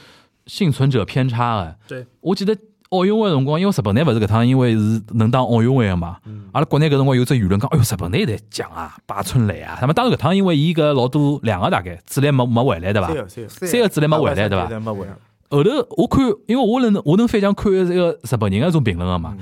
Speaker 2: 幸存者偏差个。
Speaker 3: 对，
Speaker 2: 我记得奥运会辰光，因为日本队勿是搿趟，因为是能当奥运会个嘛。阿拉国内搿辰光有只舆论讲，哎哟，日本队在讲啊，八村垒啊，他们当然搿趟因为伊搿老多两个大概主力没没回来对伐
Speaker 5: 三？个三个，
Speaker 4: 是
Speaker 2: 三个主力没回来对伐？
Speaker 5: 啊没回来。
Speaker 2: 后头我看，因为我能我能非常看这个日本人的一种评论个嘛。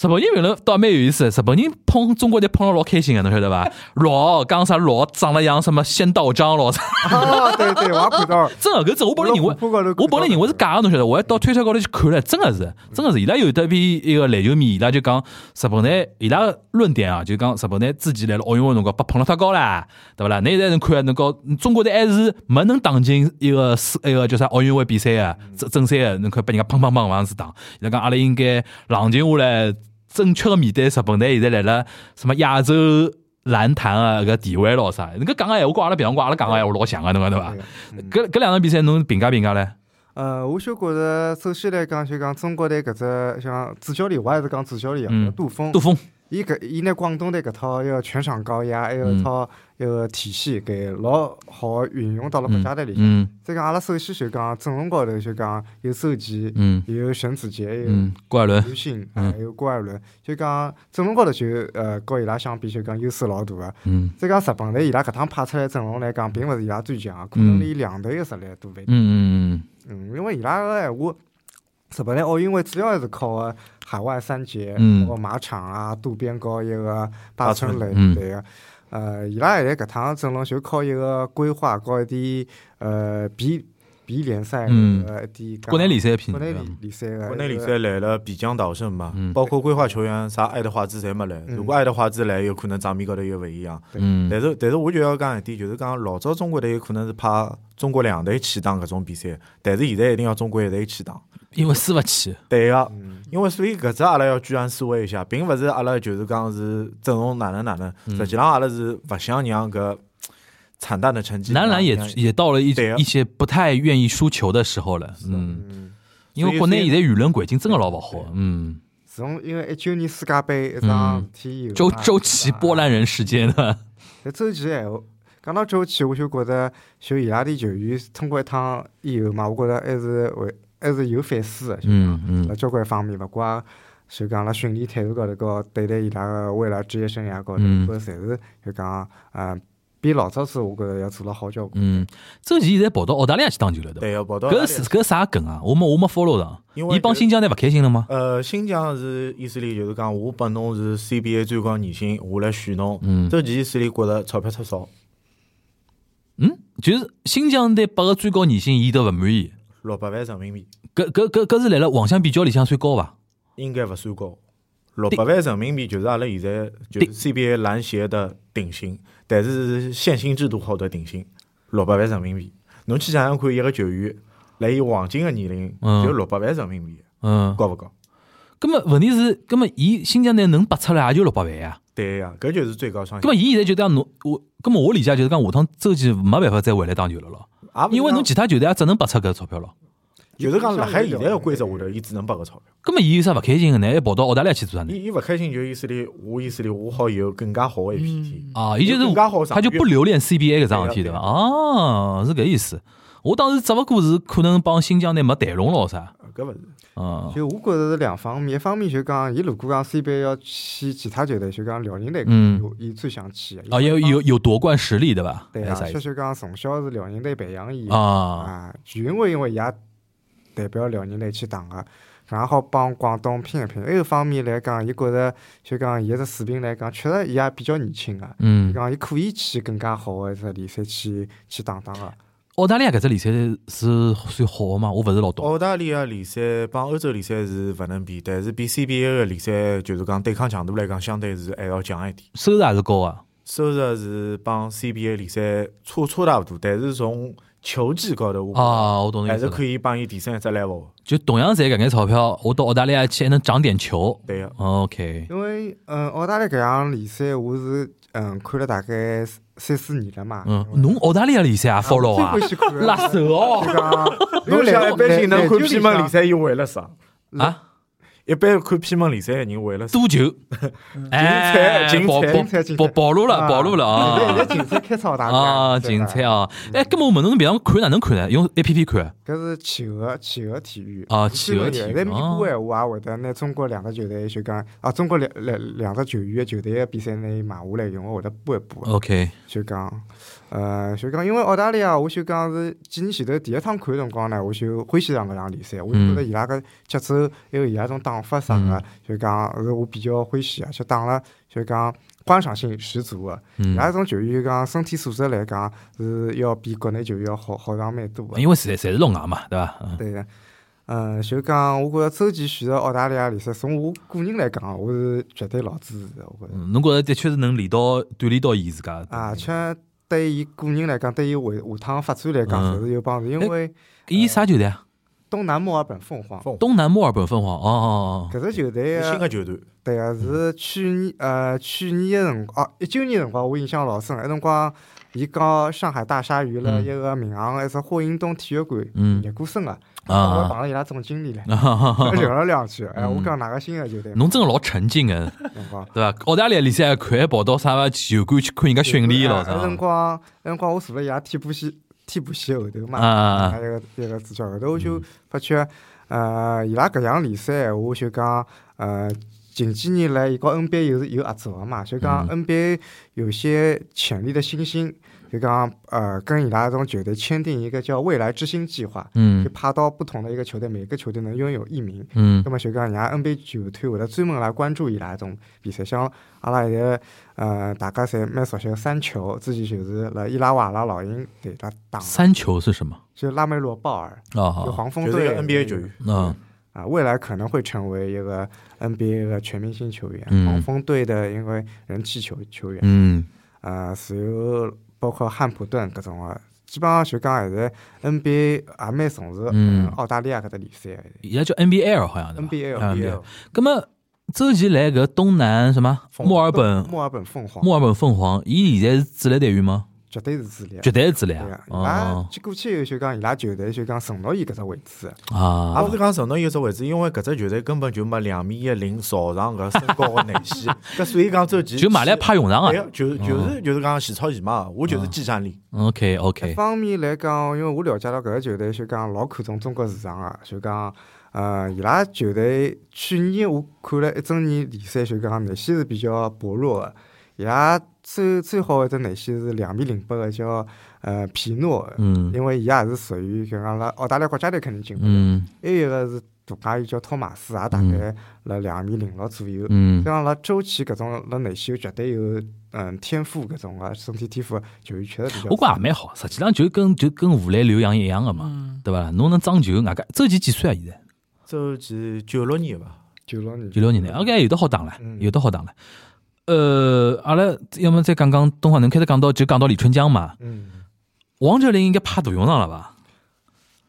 Speaker 2: 日本人评论倒蛮有意思，日本人捧中国队捧了老开心个，侬晓得伐？老讲啥老长了像什么仙道章老啥，
Speaker 4: 哦，对对，我也看 到，
Speaker 2: 真个搿真我本来认为
Speaker 4: 我虎扑高头看到
Speaker 2: 我本来认为是假个，侬晓得，我还到推特高头去看了，真个是，真个是，伊拉有得批一个篮球迷，伊拉就讲日本队，伊拉个论点啊，就讲日本队之前来了奥哦运会辰光被捧了太高啦，对勿啦？你现在能看能够中国队还是没能打进一个世一个叫啥奥运会比赛啊，正正赛啊，能看被人家砰砰砰往样子打，伊拉讲阿拉应该冷静下来，正确个面对日本队现在来了什么亚洲。篮坛啊，搿地位咯啥？侬搿讲个闲话，跟阿拉平常讲，阿拉讲个闲话老像个，侬讲对伐？搿搿两场比赛侬评价评价唻？
Speaker 4: 呃，我就觉着，首先来讲，就讲中国队搿只像主教练，我还是讲主教练
Speaker 2: 嗯
Speaker 4: 啊，杜锋
Speaker 2: 杜，锋，
Speaker 4: 伊搿伊拿广东队搿套一个全场高压，还有
Speaker 2: 嗯
Speaker 4: 一套一个体系，给老好运用到了国家队里向。
Speaker 2: 嗯
Speaker 4: 再讲阿拉首先就讲阵容高头就讲有周琦，
Speaker 2: 嗯
Speaker 4: 有沈子杰，有
Speaker 2: 嗯，郭艾伦，
Speaker 4: 刘鑫，
Speaker 2: 嗯
Speaker 4: 还有郭艾伦，就讲阵容高头就呃和伊拉相比就讲优势老大个。
Speaker 2: 嗯
Speaker 4: 再讲日本队伊拉搿趟派出来阵容来讲，并勿是伊拉最强，啊可能连两队个实力都勿一定。
Speaker 2: 嗯
Speaker 4: 嗯，因为伊拉个闲话，日本队奥运会主要还是靠个海外三杰，
Speaker 2: 嗯
Speaker 4: 包括马场啊、渡边高一个八村垒
Speaker 2: 嗯
Speaker 4: 对个。呃，伊拉现在搿趟阵容就靠一个规划，靠一点呃 B B 联赛
Speaker 2: 嗯
Speaker 4: 呃一点
Speaker 2: 国内联赛拼
Speaker 4: 国内联联赛个
Speaker 5: 国内
Speaker 4: 一
Speaker 5: 联
Speaker 4: 个
Speaker 5: 赛来了比江导胜嘛
Speaker 2: 嗯，
Speaker 5: 包括规划球员啥爱德华兹侪没来。
Speaker 4: 嗯
Speaker 5: 如果爱德华兹来，有可能账面高头又勿一样。
Speaker 2: 嗯
Speaker 5: 但是但是我就要讲一点，就是讲老早中国队有可能是派中国两队去打搿种比赛，但是现在一定要中国一队去打。
Speaker 2: 因为输勿起，
Speaker 5: 对啊个，
Speaker 4: 嗯
Speaker 5: 因为所以搿只阿拉要居安思危一下，并勿是阿拉就是讲是阵容哪能哪能，
Speaker 2: 嗯
Speaker 5: 实际上阿拉是勿想让搿惨淡的成绩。
Speaker 2: 男篮也也到了一
Speaker 5: 对啊
Speaker 2: 一些不太愿意输球的时候了，嗯，
Speaker 4: 嗯，
Speaker 2: 因为国内现在舆论环境真的老勿好，嗯，
Speaker 4: 自从因为一九年世界杯一啊桩事体以后
Speaker 2: 嗯周
Speaker 4: 嘛，
Speaker 2: 周琦嗯波兰人事件呢？
Speaker 4: 但周琦闲话，讲到周琦，我就觉着就伊拉点球员通过一趟以后嘛，我觉着还是会还是有反思的。
Speaker 2: 嗯嗯
Speaker 4: 辣交关方面，勿怪就讲辣训练态度高头高，对待伊拉个未来职业生涯高头，
Speaker 2: 嗯
Speaker 4: 搿侪是就讲嗯，比老早子我觉着要做了好交关。
Speaker 2: 嗯，周琦现在跑到澳大利亚去打球了，对
Speaker 5: 对，要跑
Speaker 2: 伐？
Speaker 5: 到
Speaker 2: 搿是搿啥梗啊？我没我没 follow 上，
Speaker 5: 因为
Speaker 2: 伊帮
Speaker 5: 就是
Speaker 2: 新疆队勿开心了吗？
Speaker 5: 呃，新疆是意思里就是讲，我拨侬是 CBA 最高年薪，我来选侬。
Speaker 2: 嗯
Speaker 5: 这其实意思里觉着钞票太少，
Speaker 2: 嗯，就是新疆队拨个最高年薪，伊都勿满意。
Speaker 5: 六百万人民币
Speaker 2: 搿搿搿搿是辣辣黄相比较里向算高伐？
Speaker 5: 应该勿算高。六百万人民币就是阿拉现在就
Speaker 2: 顶
Speaker 5: 是 CBA 篮协的顶薪，但是是限薪制度后的顶薪，六百万人民币。侬去想想看，一个球员来伊黄金的年龄
Speaker 2: 嗯
Speaker 5: 就六百万人民币，
Speaker 2: 嗯，
Speaker 5: 高勿高？
Speaker 2: 葛么问题是，葛么伊新疆队能拔出来也就六百万呀。
Speaker 5: 对呀、搿就是最高上
Speaker 2: 葛么
Speaker 5: 限。
Speaker 2: 伊现在就讲侬我，葛么我理解就是讲下趟周琦没办法再回来打球了咯，
Speaker 5: 也啊勿是
Speaker 2: 因为
Speaker 5: 讲
Speaker 2: 侬其他球队也只能拔出搿钞票咯。
Speaker 5: 就是讲辣海现在的规则下头，伊只能拨个钞票。
Speaker 2: 葛么伊有啥勿开心个呢？哎还跑到澳大利亚去做啥呢？
Speaker 5: 伊伊勿开心就意思里，我意思里我好有更加好的 APP。
Speaker 2: 啊，伊就
Speaker 5: 有
Speaker 2: 是
Speaker 5: 更加好的场
Speaker 2: 他就
Speaker 5: 域
Speaker 2: 不留恋 CBA 搿桩事体对
Speaker 5: 对
Speaker 2: 伐？
Speaker 5: 啊
Speaker 2: 哦，是搿意思。我当时只勿过是可能帮新疆队没谈拢咯啥，
Speaker 5: 搿勿是，
Speaker 2: 嗯
Speaker 4: 就我觉着是两方面，一方面就讲，伊如果讲 CBA 要去其他球队，就讲辽宁队，
Speaker 2: 嗯，
Speaker 4: 伊最想去的。
Speaker 2: 啊有有有夺冠实力对伐？
Speaker 4: 对
Speaker 2: 还
Speaker 4: 啊，
Speaker 2: 是啥意
Speaker 4: 就
Speaker 2: 思
Speaker 4: 就讲从小是辽宁队培养伊的
Speaker 2: 啊，
Speaker 4: 啊，全运会因为伊也代表辽宁队去打个，正好帮广东拼一拼。还有方面来讲，伊觉着就讲伊个水平来讲，确实伊也比较年轻个、啊
Speaker 2: 嗯，
Speaker 4: 讲伊可以去更加好个只联赛去去啊打打个。
Speaker 2: 澳大利亚搿只联赛是算好个嘛？我勿是老懂。
Speaker 5: 澳大利亚联赛帮欧洲联赛是勿能比，但是比 CBA 的联赛就是讲对抗强度来讲，相对是还要强一点。
Speaker 2: 收入也是高啊。
Speaker 5: 收入是帮 CBA 联赛差差大勿多，但是从球技高头，我觉得
Speaker 2: 啊，我懂你
Speaker 5: 还
Speaker 2: 意思
Speaker 5: 是
Speaker 2: 了。
Speaker 5: 可以帮伊提升一只 level 的。
Speaker 2: 就同样赚搿眼钞票，我到澳大利亚去还能涨点球。
Speaker 5: 对啊个，
Speaker 2: OK，
Speaker 4: 因为嗯，澳大利亚搿项联赛我是嗯看了大概三三四年了嘛。
Speaker 2: 嗯，侬澳大利亚联赛也 follow
Speaker 4: 最
Speaker 2: 啊
Speaker 4: 欢？喜看
Speaker 2: 拉
Speaker 4: 个。
Speaker 2: 手哦
Speaker 4: 就讲，
Speaker 5: 侬想一般性能看
Speaker 4: 批
Speaker 5: 偏门联赛，伊为了啥？
Speaker 2: 啊，
Speaker 5: 一般看偏门联赛的人为了啥？
Speaker 2: 赌球，哎，
Speaker 5: 竞
Speaker 2: 暴暴
Speaker 5: 彩
Speaker 4: 彩
Speaker 5: 竞
Speaker 2: 暴暴露了，暴露了啊！
Speaker 4: 现在竞彩开超大
Speaker 2: 啊，竞彩啊！哎，搿么我问侬，侬平常看哪能看呢？用 A P P 看
Speaker 4: 搿是企鹅企鹅体育
Speaker 2: 啊？
Speaker 4: 是
Speaker 2: 企
Speaker 4: 的
Speaker 2: 鹅体
Speaker 4: 现在
Speaker 2: 育
Speaker 4: 咪
Speaker 2: 啊
Speaker 4: 过闲话也会得拿中国两个球队就讲啊，中国两两两只球员的球队的比赛拿买下来用，我会得播一播。
Speaker 2: ？OK，
Speaker 4: 就讲，呃，就讲，因为澳大利亚，我就讲是几年前头第一趟看的辰光呢，我就欢喜上搿场联赛，我就
Speaker 2: 嗯
Speaker 4: 觉着伊拉个节奏还有伊拉种打法啥个，就讲是我比较欢喜，而且打了就讲观赏性十足个。伊
Speaker 2: 嗯，
Speaker 4: 拉种球员就讲身体素质来讲是要比国内球员要好好上蛮多个。啊
Speaker 2: 因为侪侪是龙牙嘛，对伐？嗯
Speaker 4: 对个，嗯，就讲我觉着周琦选择澳大利亚联赛，从我个人来讲，啊我是绝对老支持的。我觉着
Speaker 2: 嗯，侬觉着的确是能练到锻炼到伊自家
Speaker 4: 啊，而且对伊个人来讲，对伊下下趟发展来讲，
Speaker 2: 嗯
Speaker 4: 侪是有帮助。因
Speaker 2: 哎
Speaker 4: 为
Speaker 2: 伊啥球队啊？
Speaker 4: 东南墨尔本凤凰
Speaker 5: 凤凰
Speaker 2: 东南墨尔本凤凰。哦哦哦，
Speaker 4: 搿只球队
Speaker 5: 新
Speaker 4: 啊，
Speaker 5: 的球队，
Speaker 4: 对个
Speaker 2: 嗯
Speaker 4: 是去年呃去年个辰光，哦一九年辰光我印象老深，埃辰光伊搞上海大鲨鱼了
Speaker 2: 嗯
Speaker 4: 一个闵行个一只霍英东体育馆
Speaker 2: 嗯
Speaker 4: 热过身个，我
Speaker 2: 啊，
Speaker 4: 碰了伊拉总经理了
Speaker 2: 啊！
Speaker 4: 聊了两句，哎，我
Speaker 2: 嗯
Speaker 4: 讲哪个新个球队嘛？
Speaker 2: 侬真个老沉浸个，
Speaker 4: 辰光。
Speaker 2: 对伐？澳大利亚联赛还看还跑到啥个球馆去看人家训练咯，
Speaker 4: 哎那辰
Speaker 2: 啥？
Speaker 4: 光，那辰光我坐了伊拉替补席替补席后头
Speaker 2: 啊
Speaker 4: 嘛，
Speaker 2: 啊嗯
Speaker 4: 伊
Speaker 2: 啊！
Speaker 4: 拉一个一个主教后头我就发觉，呃，伊拉搿项联赛，我就讲，呃，近几年来，伊和 NBA 有有合作个嘛，就讲
Speaker 2: 嗯
Speaker 4: NBA 有些潜力的新星，就讲呃，跟伊拉这种球队签订一个叫未来之星计划，就
Speaker 2: 嗯
Speaker 4: 派到不同的一个球队，每个球队能拥有一名。
Speaker 2: 嗯
Speaker 4: 那么就讲，人家 NBA 球队会得专门来关注伊拉这种比赛，像阿拉现在呃，大家侪蛮熟悉的三球，之前就是辣伊拉瓦拉老鹰队来打，
Speaker 2: 三球是什么？
Speaker 4: 就拉梅罗鲍尔，就
Speaker 2: 哦，
Speaker 4: 黄蜂
Speaker 5: 就是
Speaker 4: 队
Speaker 5: 一个 NBA 球员。
Speaker 2: 嗯
Speaker 4: 啊，未来可能会成为一个 NBA 的全明星球员，
Speaker 2: 嗯
Speaker 4: 黄蜂队的因为人气球球员，
Speaker 2: 嗯
Speaker 4: 呃，随后包括汉普顿各种啊，基本上就讲现在 NBA 也蛮重视
Speaker 2: 嗯
Speaker 4: 呃澳大利亚搿只联赛的
Speaker 2: 伊拉叫 NBL 好像对吧
Speaker 4: NBA
Speaker 2: 啊
Speaker 5: NBA
Speaker 2: 葛么周琦来搿东南什么
Speaker 5: 凤凰
Speaker 2: 墨尔本
Speaker 4: 墨尔本凤凰。
Speaker 2: 墨尔本凤凰，伊现在是职业队员吗？
Speaker 4: 绝对是主力。
Speaker 2: 绝对是主力
Speaker 4: 对
Speaker 2: 啊
Speaker 4: 啊，！伊拉
Speaker 2: 哦
Speaker 4: 去过去以后就讲伊拉球队就讲承诺伊搿只位置，
Speaker 5: 也
Speaker 2: 啊，
Speaker 5: 勿是讲承诺有只位置，因为搿只球队根本就没两米一零朝上搿身高个内线，搿所以讲周琦
Speaker 2: 就买来派用场啊
Speaker 5: 对。个，就就是就是讲前超前嘛，我就是技战力。
Speaker 2: OK
Speaker 4: 一
Speaker 2: OK，
Speaker 4: 方面来讲，因为我了解到搿个球队就讲老看重中国市场个，就讲呃，伊拉球队去年我看了一整年联赛，就讲内线是比较薄弱个，伊拉最最好一只内线是两米零八个叫呃皮诺，
Speaker 2: 嗯
Speaker 4: 因为伊也是属于就讲阿拉澳大利亚国家队肯定进步，
Speaker 2: 嗯
Speaker 4: 还有一个是大家有叫托马斯，也大概辣两米零六左右。
Speaker 2: 嗯
Speaker 4: 像辣周琦搿种辣内线绝对有嗯天赋搿种个身体天赋，球员确实比较少。
Speaker 2: 我觉也蛮好，实际上就跟就跟武磊、刘洋一样的嘛，对伐？侬能装球，外加周琦几岁啊？现在
Speaker 5: 周琦九六年伐，
Speaker 4: 九六年，
Speaker 2: 九六年代，OK，有的好打了，
Speaker 4: 嗯
Speaker 2: 有的好打了。呃，阿拉要么再讲讲东华能开始讲到就讲到李春江嘛，
Speaker 4: 嗯，
Speaker 2: 王哲林应该派大用场了吧？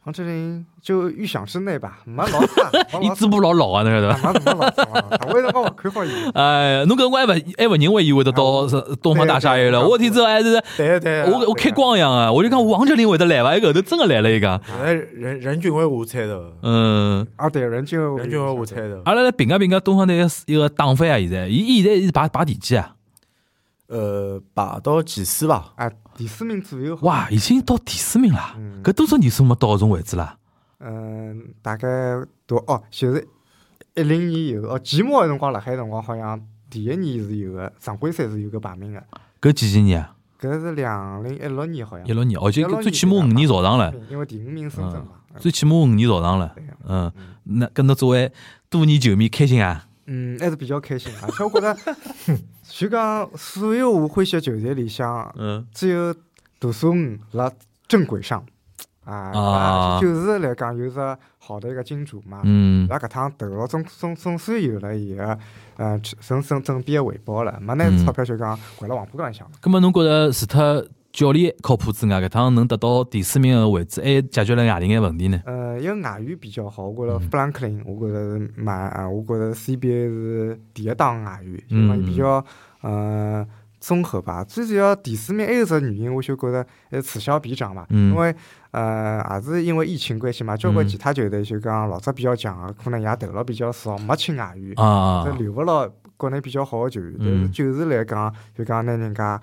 Speaker 4: 黄哲林就预想之内吧，没老差，
Speaker 5: 嗯
Speaker 4: 没
Speaker 2: 伊
Speaker 4: 老
Speaker 2: 嘴巴老老啊，侬晓得伐？
Speaker 4: 差，没没老差，我一直帮我看好伊。
Speaker 2: 哎，侬搿辰光还勿还勿认为伊会得
Speaker 5: 嗯
Speaker 2: 到是东方大厦来了？我天，这还是
Speaker 5: 对对啊，
Speaker 2: 我我开光一样啊！我就讲王哲林会得来伐？伊后头真个来了一个，
Speaker 5: 现在任任俊伟我猜头，
Speaker 2: 嗯。
Speaker 4: 啊，对，任俊
Speaker 5: 任
Speaker 4: 伟，
Speaker 5: 俊伟我猜头，
Speaker 2: 阿拉来评价评价东方队一个一个打法啊！现在，伊伊现在是排排第几啊？
Speaker 5: 呃，排到前四伐？
Speaker 4: 啊，第四名左右。
Speaker 2: 哇，已经到第四名了
Speaker 4: 嗯，
Speaker 2: 搿多少年数没到搿种位置了？
Speaker 4: 嗯，大概都哦，就是一零年以后哦，季末个辰光辣海辰光好像第一年是有个，常规赛是有个排名个，
Speaker 2: 搿几几年啊？
Speaker 4: �搿是两零一六年好像
Speaker 2: 一。六年，哦嗯而且
Speaker 4: 16年
Speaker 2: 最起码五年朝上了，
Speaker 4: 因为第五名深圳嘛。
Speaker 2: 最起码五年朝上了
Speaker 4: 对。
Speaker 2: 嗯，那跟侬作为多年球迷开心啊？
Speaker 4: 嗯，还是比较开心的，而且我 觉得，就讲所有我欢喜的球队里向，
Speaker 2: 嗯，
Speaker 4: 只有大苏姆辣正轨上，啊，
Speaker 2: 啊
Speaker 4: 就是来讲有只好的一个金主嘛。
Speaker 2: 嗯
Speaker 4: 那搿趟投入总总总算有了伊个呃正正正比的回报了，没拿
Speaker 2: 嗯
Speaker 4: 钞票就讲掼了黄浦江里向了。
Speaker 2: 葛末侬觉着除脱教练靠谱之外，搿趟能得到第四名个位置，还解决了外援眼问题呢？
Speaker 4: 呃，一个外援比较好，我觉着
Speaker 2: 嗯
Speaker 4: 富兰克林，我觉着是蛮，啊我觉着 CBA 是第一档外援，就讲伊
Speaker 2: 嗯
Speaker 4: 比较呃综合吧。最主要第四名还有一只原因，我就觉着呃此消彼长嘛，
Speaker 2: 嗯
Speaker 4: 因为呃也是因为疫情关系嘛，交关其他球队就讲老早比较强个，可能也投入比较少，没请外援，
Speaker 2: 啊
Speaker 4: 这，留勿牢国内比较好个球员。但是
Speaker 2: 嗯
Speaker 4: 就是来讲，就讲拿人家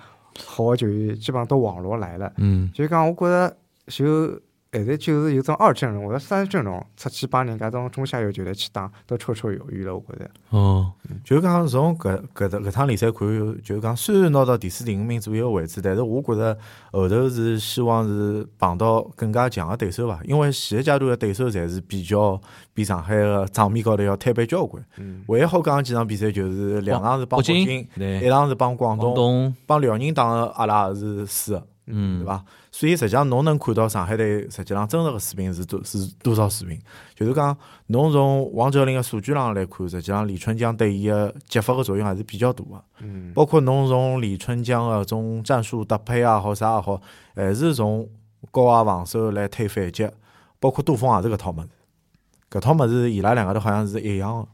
Speaker 4: 好个球员基本上都网罗来了。
Speaker 2: 嗯
Speaker 4: 就讲我觉着就现在就是有种二阵容或者三阵容出去帮人家这种中下游球队去打，都绰绰有余了。我觉着，
Speaker 2: 哦，
Speaker 5: 就是讲从搿搿只搿趟联赛看，就是讲虽然拿到第四、第五名左右个位置，但是我觉着后头是希望是碰到更加强个对手伐，因为前一阶段个对手侪是比较比上海个账面高头要摊板交关。
Speaker 4: 嗯，
Speaker 5: 唯一好讲个几场比赛就是两场是帮
Speaker 2: 北
Speaker 5: 北
Speaker 2: 京
Speaker 5: 京，
Speaker 2: 对
Speaker 5: 一，场是帮广
Speaker 2: 广
Speaker 5: 东，
Speaker 2: 东，
Speaker 5: 帮辽宁打个阿拉也是输个，
Speaker 2: 嗯
Speaker 5: 对，伐？所以实际上侬能看到上海队实际上真实个水平是多是多少水平，就是讲侬从王哲林个数据浪来看，实际上李春江对伊个激发个作用还是比较大个。
Speaker 4: 嗯，
Speaker 5: 包括侬从李春江个种战术搭配也好啥也好，还是从高压防守来推反击，包括杜锋也是搿套物事。搿套物事伊拉两个头好像是一样个，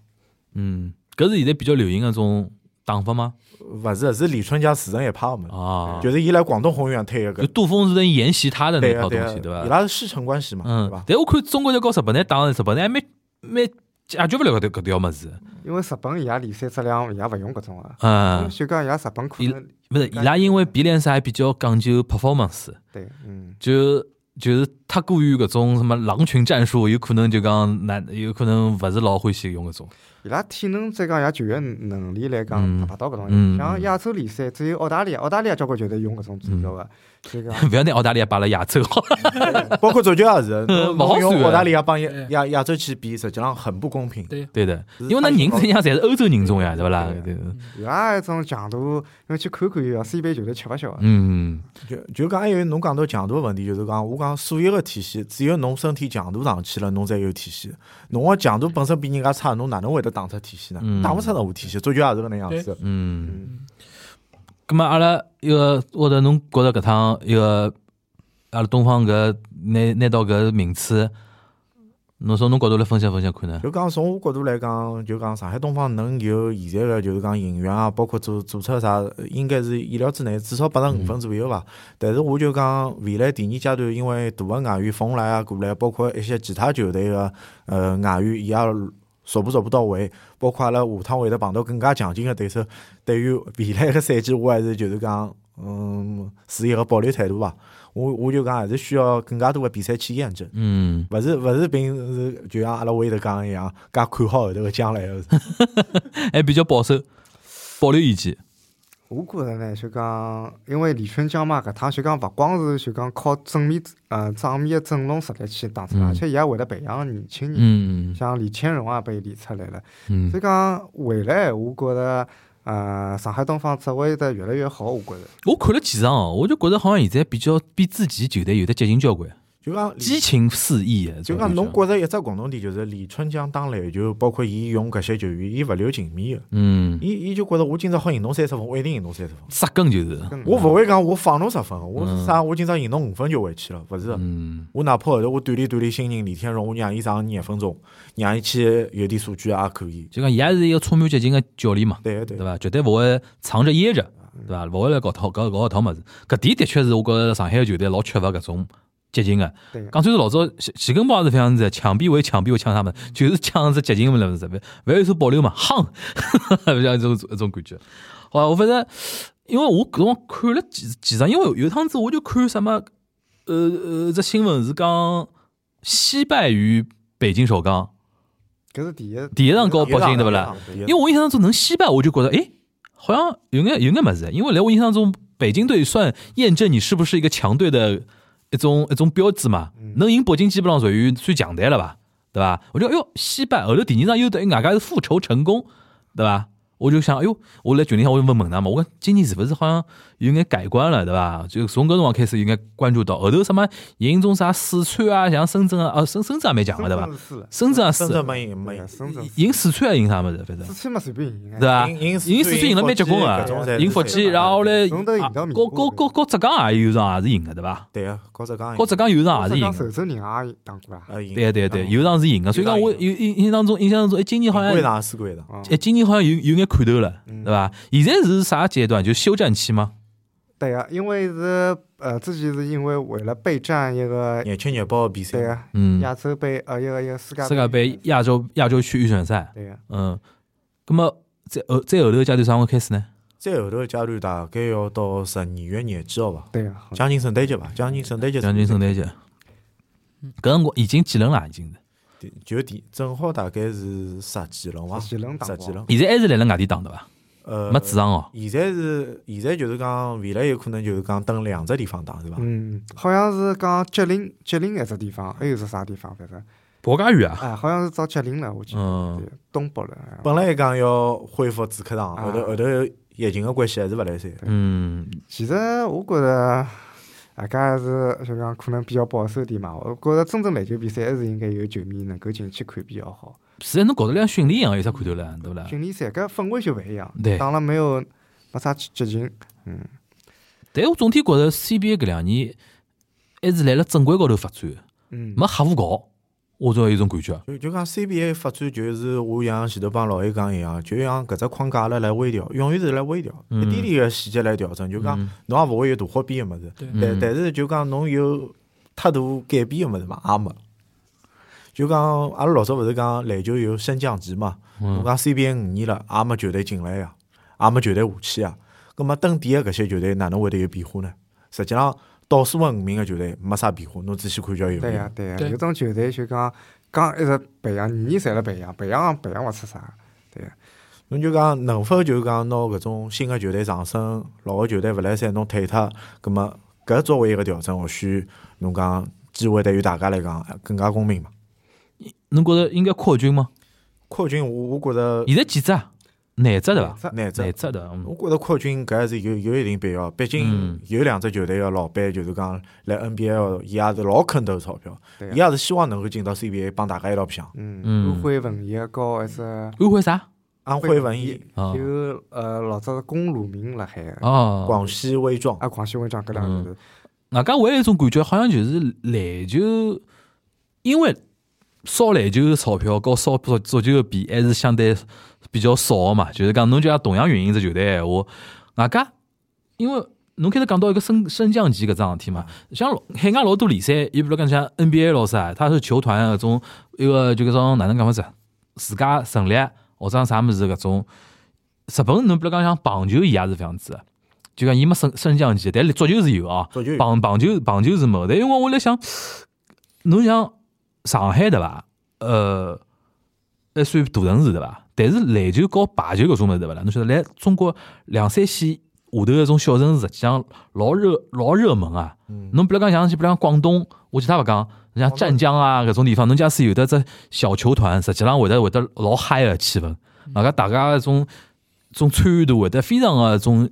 Speaker 2: 嗯，搿是现在比较流行个种打法吗？
Speaker 5: 勿是是李春江自成一派个物事，
Speaker 2: 啊，
Speaker 5: 就是伊来广东宏远推个
Speaker 2: 就
Speaker 5: 搿，
Speaker 2: 杜锋是等于沿袭他的那
Speaker 5: 对个
Speaker 2: 套
Speaker 5: 对啊
Speaker 2: 东西，对啊
Speaker 5: 个，伊
Speaker 2: 伐？
Speaker 5: 拉是师承关系嘛，对
Speaker 2: 嗯
Speaker 5: 伐，？
Speaker 2: 但我看中国队和日本队打，日本队还蛮蛮解决勿了搿条搿条物事。
Speaker 4: 因为日本伊拉联赛质量也勿用搿种个。
Speaker 2: 嗯，
Speaker 4: 就讲伊拉日本可能
Speaker 2: 勿是，伊拉因为 B 联赛比较讲究 performance，
Speaker 4: 对，嗯，
Speaker 2: 就就是太过于搿种什么狼群战术，有可能就讲难，有可能勿是老欢喜用搿种。
Speaker 4: 伊拉体能再讲，伊拉球员能力来
Speaker 2: 嗯
Speaker 4: 讲达勿到搿种
Speaker 2: 嗯
Speaker 4: 人。像亚洲联赛只有澳大利亚，澳大利亚交关球队用搿种战术个，就讲
Speaker 2: 勿要拿澳大利亚摆辣亚洲好 了。
Speaker 5: 包括足 球也是，
Speaker 2: 嗯
Speaker 5: 侬
Speaker 2: 勿好
Speaker 5: 侬用
Speaker 2: 算
Speaker 5: 澳大利亚帮亚
Speaker 3: 哎
Speaker 5: 亚亚洲去比，实际上很不公平。
Speaker 3: 对
Speaker 2: 对的，因为那人怎样侪是欧洲人种呀，对勿啦？对嗯
Speaker 4: 对，伊拉一种强度，因为去看看要 CBA 球队吃勿消啊个。
Speaker 2: 嗯，
Speaker 5: 就就讲还有侬讲到强度个问题，就是讲我讲所有个体系，只有侬身体强度上去了，侬才有体系。侬个强度本身比人家差，侬哪能会得打出体系呢
Speaker 2: 嗯？
Speaker 5: 打勿出任何体系，足球也是搿能样子。
Speaker 2: 嗯，
Speaker 4: 嗯
Speaker 2: 咁么阿拉一个或者侬觉着搿趟一个阿拉东方搿拿拿到搿名次，侬从侬角度来分析分析看呢？
Speaker 5: 就讲从我角度来讲，就讲上海东方能有现在个，就是讲营运啊，包括做做出啥，呃应该是意料之内，至少八十五分左右伐。但是我就讲未来第二阶段，因为大个外援冯来啊过来，包括一些其他球队个呃外援，伊也逐步逐步到位，包括阿拉下趟会得碰到更加强劲个对手。对于未来个赛季，我还是就是讲，嗯，是一个保留态度伐。我我就讲还是需要更加多个比赛去验证。
Speaker 2: 嗯，
Speaker 5: 勿是勿是，平时就像阿拉会头讲一样，介看好后头个将来个。
Speaker 2: 还比较保守，保留意见。
Speaker 4: 我觉着呢，就讲，因为李春江嘛，搿趟就讲勿光是就讲靠正面呃正面的阵容实力去打出来，
Speaker 2: 嗯
Speaker 4: 而且伊也会得培养年轻人，
Speaker 2: 嗯
Speaker 4: 像李千荣也啊被理出来了。
Speaker 2: 嗯
Speaker 4: 所以讲未来，我觉着呃上海东方只会得越来越好，我觉着。
Speaker 2: 我看了几场哦，我就觉得好像现在比较比之前球队有的接近交关，
Speaker 5: 就讲
Speaker 2: 激情四溢啊的。
Speaker 5: 就讲侬觉着一只共同点就是李春江打篮球，包括伊用搿些球员，伊勿留情面个。
Speaker 2: 嗯，
Speaker 5: 伊伊就觉着我今朝好赢侬三十分，我一定赢侬三十分。
Speaker 2: 扎根就是，
Speaker 5: 我勿会讲我放侬十分，我
Speaker 2: 嗯
Speaker 5: 啥我今朝赢侬五分就回去了，勿是的。
Speaker 2: 嗯
Speaker 5: 我哪怕后头我锻炼锻炼心情，李天荣我让伊上廿分钟，让伊去有点数据也可以。
Speaker 2: 就讲伊也是一个充满激情的教练嘛，
Speaker 5: 对个对
Speaker 2: 对
Speaker 5: 个，
Speaker 2: 伐？绝对勿会藏着掖着，对伐？勿会来搞套搞搞套物事。搿点的确是我觉着上海的球队老缺乏搿种激情的。
Speaker 4: 对个，
Speaker 2: 讲穿是老早徐徐根宝也是这样子的，抢逼为抢逼为抢他们，就是抢是激情了，是勿勿有所保留嘛，夯， 像这种这种感觉。好啊，我反正因为我搿辰光看了几几场，因为有一趟子我就看什么，呃呃，这新闻是讲惜败于北京首钢，
Speaker 4: 搿是第一，
Speaker 2: 第一场搞北
Speaker 5: 一
Speaker 2: 京对
Speaker 5: 样的
Speaker 2: 勿
Speaker 5: 一
Speaker 2: 啦
Speaker 5: 样？的
Speaker 2: 因为我印象中能惜败，我就觉得诶，好像有眼有眼么子。因为来我印象中，北京队算验证你是不是一个强队的一种一种标志嘛。能赢北京基本上属于算强队了吧，对吧？我就哎哟，惜败，后头第二场又等于外加是复仇成功，对吧？我就想，哎哟，我来群里向我就问问他嘛，我讲今年是不是好像有眼改观了，对吧？就从搿辰光开始有眼关注到呃后头什么赢中啥四川啊，像深圳啊，啊深深圳还没讲嘛，对吧？深圳啊，啊
Speaker 5: 深
Speaker 2: 四
Speaker 5: 圳没赢没赢
Speaker 4: 对，深圳
Speaker 2: 赢四川还赢啥么子，反正
Speaker 4: 四川嘛随便赢
Speaker 2: 对
Speaker 4: 哎，
Speaker 2: 吧？
Speaker 5: 赢
Speaker 2: 赢四川赢了蛮结棍啊
Speaker 5: 搿种才，是
Speaker 2: 赢福
Speaker 5: 最
Speaker 2: 建，
Speaker 5: 大的
Speaker 2: 然后嘞，啊
Speaker 4: 从头赢到面
Speaker 2: 高
Speaker 4: 部
Speaker 2: 高
Speaker 4: 对
Speaker 2: 高高浙江也有场也是赢的，对伐？
Speaker 5: 对个，啊高浙江
Speaker 2: 高
Speaker 5: 赢
Speaker 2: 浙江有场也是赢的，
Speaker 4: 浙江寿州人也打过啊，
Speaker 5: 啊赢
Speaker 2: 对对对，
Speaker 5: 嗯
Speaker 2: 有场是赢的。所以讲我有印印象中印象中，哎，今年好像
Speaker 5: 过一场是过一场，
Speaker 4: 啊
Speaker 2: 哎，今年好像有有眼看头了，
Speaker 4: 嗯
Speaker 2: 对伐？现在是啥阶段？就休战期吗？
Speaker 4: 对个，因为是呃之前是因为为了备战一个
Speaker 5: 廿七廿八个比
Speaker 4: 对啊
Speaker 5: 赛，
Speaker 4: 个
Speaker 2: 嗯，
Speaker 4: 亚洲杯呃一个一个世界
Speaker 2: 世界杯亚洲亚洲区预选赛，
Speaker 4: 对个，
Speaker 2: 嗯，那么在后在后头阶段啥辰光开始呢？
Speaker 5: 再后头个阶段大概要到十二月廿几号伐，
Speaker 4: 对个，
Speaker 5: 将近圣诞节伐，将近圣诞节，
Speaker 2: 将近圣诞节，搿辰光已经几轮了，已经是。
Speaker 5: 就就第正好大概是十几轮伐，
Speaker 4: 十几轮打
Speaker 5: 十几轮，
Speaker 2: 现在还是辣辣外地打对伐？
Speaker 5: 呃，
Speaker 2: 没主场哦。
Speaker 5: 现在是现在就是讲未来有可能就是讲等两只地方打是伐？
Speaker 4: 嗯，好像是讲吉林吉林那只地方，还有是啥地方反正，
Speaker 2: 薄家园啊，
Speaker 4: 哎，好像是到吉林了，我记得，
Speaker 2: 嗯，
Speaker 4: 对东北了，哎
Speaker 5: 本来讲要恢复主客场，
Speaker 4: 啊
Speaker 5: 后头后头疫情个关系还是勿来三。
Speaker 2: 嗯，
Speaker 4: 其实我觉着，大家还是就讲可能比较保守点嘛。我觉着真正篮球比赛还是应该有球迷能够进去看比较好。
Speaker 2: 现在侬搞得来训练一样，有啥看头了，对不啦？
Speaker 4: 训练赛搿氛围就勿一样，
Speaker 2: 啊对
Speaker 4: 打了没有没啥激情。嗯，
Speaker 2: 但我总体觉着 CBA 搿两年还是辣辣正轨高头发展，
Speaker 4: 嗯，
Speaker 2: 没瞎胡搞，我总有一种感觉。啊
Speaker 5: 就就讲 CBA 发展，就是我像前头帮老 A 讲一样，就像搿只框架阿拉来微调，永远是来微调，一点点个细节来调整。就
Speaker 2: 嗯
Speaker 5: 讲侬也勿会有大花边个物事，但但是就讲侬有太大改变个物事嘛，也没。就讲阿拉老早勿是讲篮球有升降级嘛，
Speaker 2: 嗯
Speaker 5: 侬讲 CBA 五年了，也没球队进来呀，也没球队下去呀。葛末登底个搿些球队哪能会得有变化呢？实际上倒数个五名个球队没啥变化，侬仔细看叫有
Speaker 4: 对
Speaker 5: 没有
Speaker 4: 呀？对呀，
Speaker 3: 对
Speaker 4: 有种球队就讲讲一直培养，年年侪辣培养，培养培养勿出啥。
Speaker 5: 侬就讲能否就是讲拿搿种新个球队上升，老个球队勿来三，侬退脱，葛末搿作为一个调整，或许侬讲机会对于大家来讲呃更加公平嘛。
Speaker 2: 侬觉着应该扩军吗？
Speaker 5: 扩军我我觉着
Speaker 2: 现在几只啊？廿只对伐？
Speaker 5: 难着
Speaker 2: 廿，只的，嗯
Speaker 5: 我觉着扩军搿还是有有一定必要，毕
Speaker 2: 嗯
Speaker 5: 竟有两只球队个老板就是讲来 NBL，伊也是老肯投钞票
Speaker 4: 对，啊
Speaker 5: 伊也是希望能够进到 CBA 帮大家一道拼。
Speaker 4: 嗯，安
Speaker 2: 嗯，
Speaker 4: 徽文艺高一只
Speaker 2: 安徽啥？
Speaker 5: 安徽文艺、
Speaker 2: 啊
Speaker 4: 有呃老早是龚鲁明辣海，
Speaker 2: 哦，嗯
Speaker 5: 广西威壮，
Speaker 4: 啊广西文章搿两个球队，
Speaker 2: 外加我有一种感觉，好像就是篮球，因为烧篮球的钞票和烧足足球的比还是相对比较少的嘛。就是讲，侬就像同样原因只球队闲话，外加因为侬开头讲到一个升升降级搿桩事体嘛，像老海外老多联赛，伊比如讲像 NBA 老师啊，他是球团搿种一个就搿种哪能讲法子，自家成立或者啥物事搿种。日本侬比如讲像棒球，伊也是搿样子的，就讲伊没升升降级，但是足球是有啊。
Speaker 5: 足球有
Speaker 2: 棒棒球棒球是没有的，因为我辣想，侬像上海对伐？呃，还算大城市对伐？但是篮球和排球搿种物事对勿啦？侬晓得，来中国两三线下头搿种小城市，实际上老热老热门啊。侬比如讲像，比如讲广东，我其他勿讲，像湛江啊搿种地方，侬假使有的只小球团，实际上会得会得老嗨个气氛，外加大家搿种种参与度会得非常个种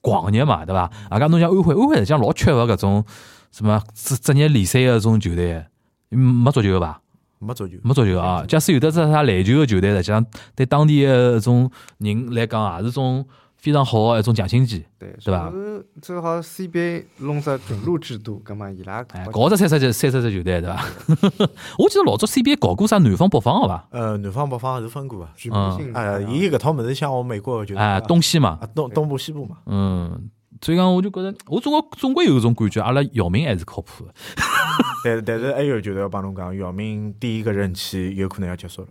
Speaker 2: 狂热嘛，对伐？外加侬像安徽，安徽实际上老缺乏搿种什么职职业联赛个搿种球队，嗯没足球个伐？
Speaker 5: 没足球，
Speaker 2: 没足球啊，假使有的只啥篮球个球队，实际上对当地个搿种人来讲，啊也是种非常好个一种强心剂。
Speaker 4: 对
Speaker 2: 对吧？
Speaker 4: 最好 CBA 弄只准入制度，葛末伊拉
Speaker 2: 哎，搞只三十只三十只球队对伐？ 我记得老早 CBA 搞过啥南方北方个伐？
Speaker 5: 呃，南方北方是分过啊。
Speaker 4: 全
Speaker 2: 嗯
Speaker 4: 部性
Speaker 5: 哎， 伊搿套物事像我美国的就是
Speaker 2: 哎，东西嘛，
Speaker 5: 啊东东部西部嘛，
Speaker 2: 嗯，所以讲我就觉着，我总归总归有一种感觉，阿拉姚明还是靠谱的。
Speaker 5: 但但是还哎有就是要帮侬讲，姚明第一个任期有可能要结束了，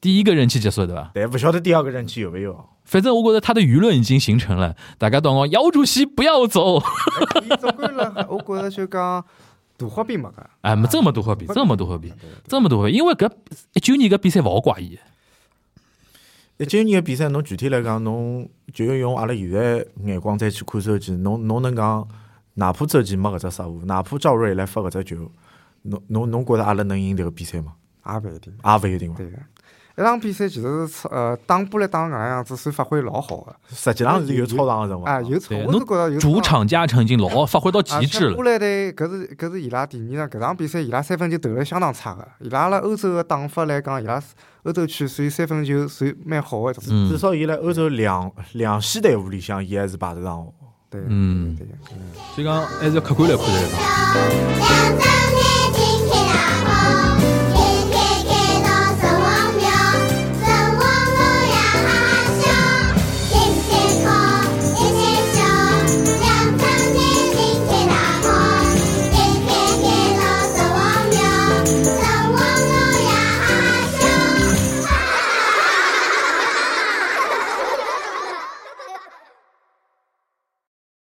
Speaker 2: 第一个人气结束对伐？
Speaker 5: 但勿晓得第二个任期有没有啊。
Speaker 2: 反正我觉得他的舆论已经形成了，大家当我姚主席不要走，
Speaker 4: 伊总归了，我觉着就讲大花边没个，
Speaker 2: 哎，没这么多好比，这么多好比，这么多好比，因为搿一九年搿比赛勿好怪伊，
Speaker 5: 一九年个比赛，侬具体来讲，侬就要用阿拉现在眼光再去看周琦，侬侬能讲，哪怕周琦没搿只失误，哪怕赵睿来发搿只球，侬侬侬觉着阿拉能赢迭个比赛吗？
Speaker 4: 也啊勿一定。
Speaker 5: 也勿一定伐。
Speaker 4: 对个，一场比赛其实是呃打波来打搿能样子，算发挥老好个
Speaker 5: 实际上是有超常个辰光
Speaker 4: 啊，有错，
Speaker 2: 对
Speaker 4: 我是觉着有
Speaker 2: 主场加成已经老发挥到极致了
Speaker 4: 波。兰队搿啊是搿是伊拉第二场，搿场比赛伊拉三分球投了相当差个，伊拉辣欧洲个打法来讲，伊拉欧洲区算三分球算蛮好个一
Speaker 2: 嗯
Speaker 4: 种。
Speaker 5: 至少伊辣欧洲两两线队伍里向，伊还是排得上号。
Speaker 4: 对，
Speaker 2: 嗯
Speaker 4: 对个。
Speaker 2: 所以讲还是要客观来看待个。
Speaker 7: 两张贴，今天然后。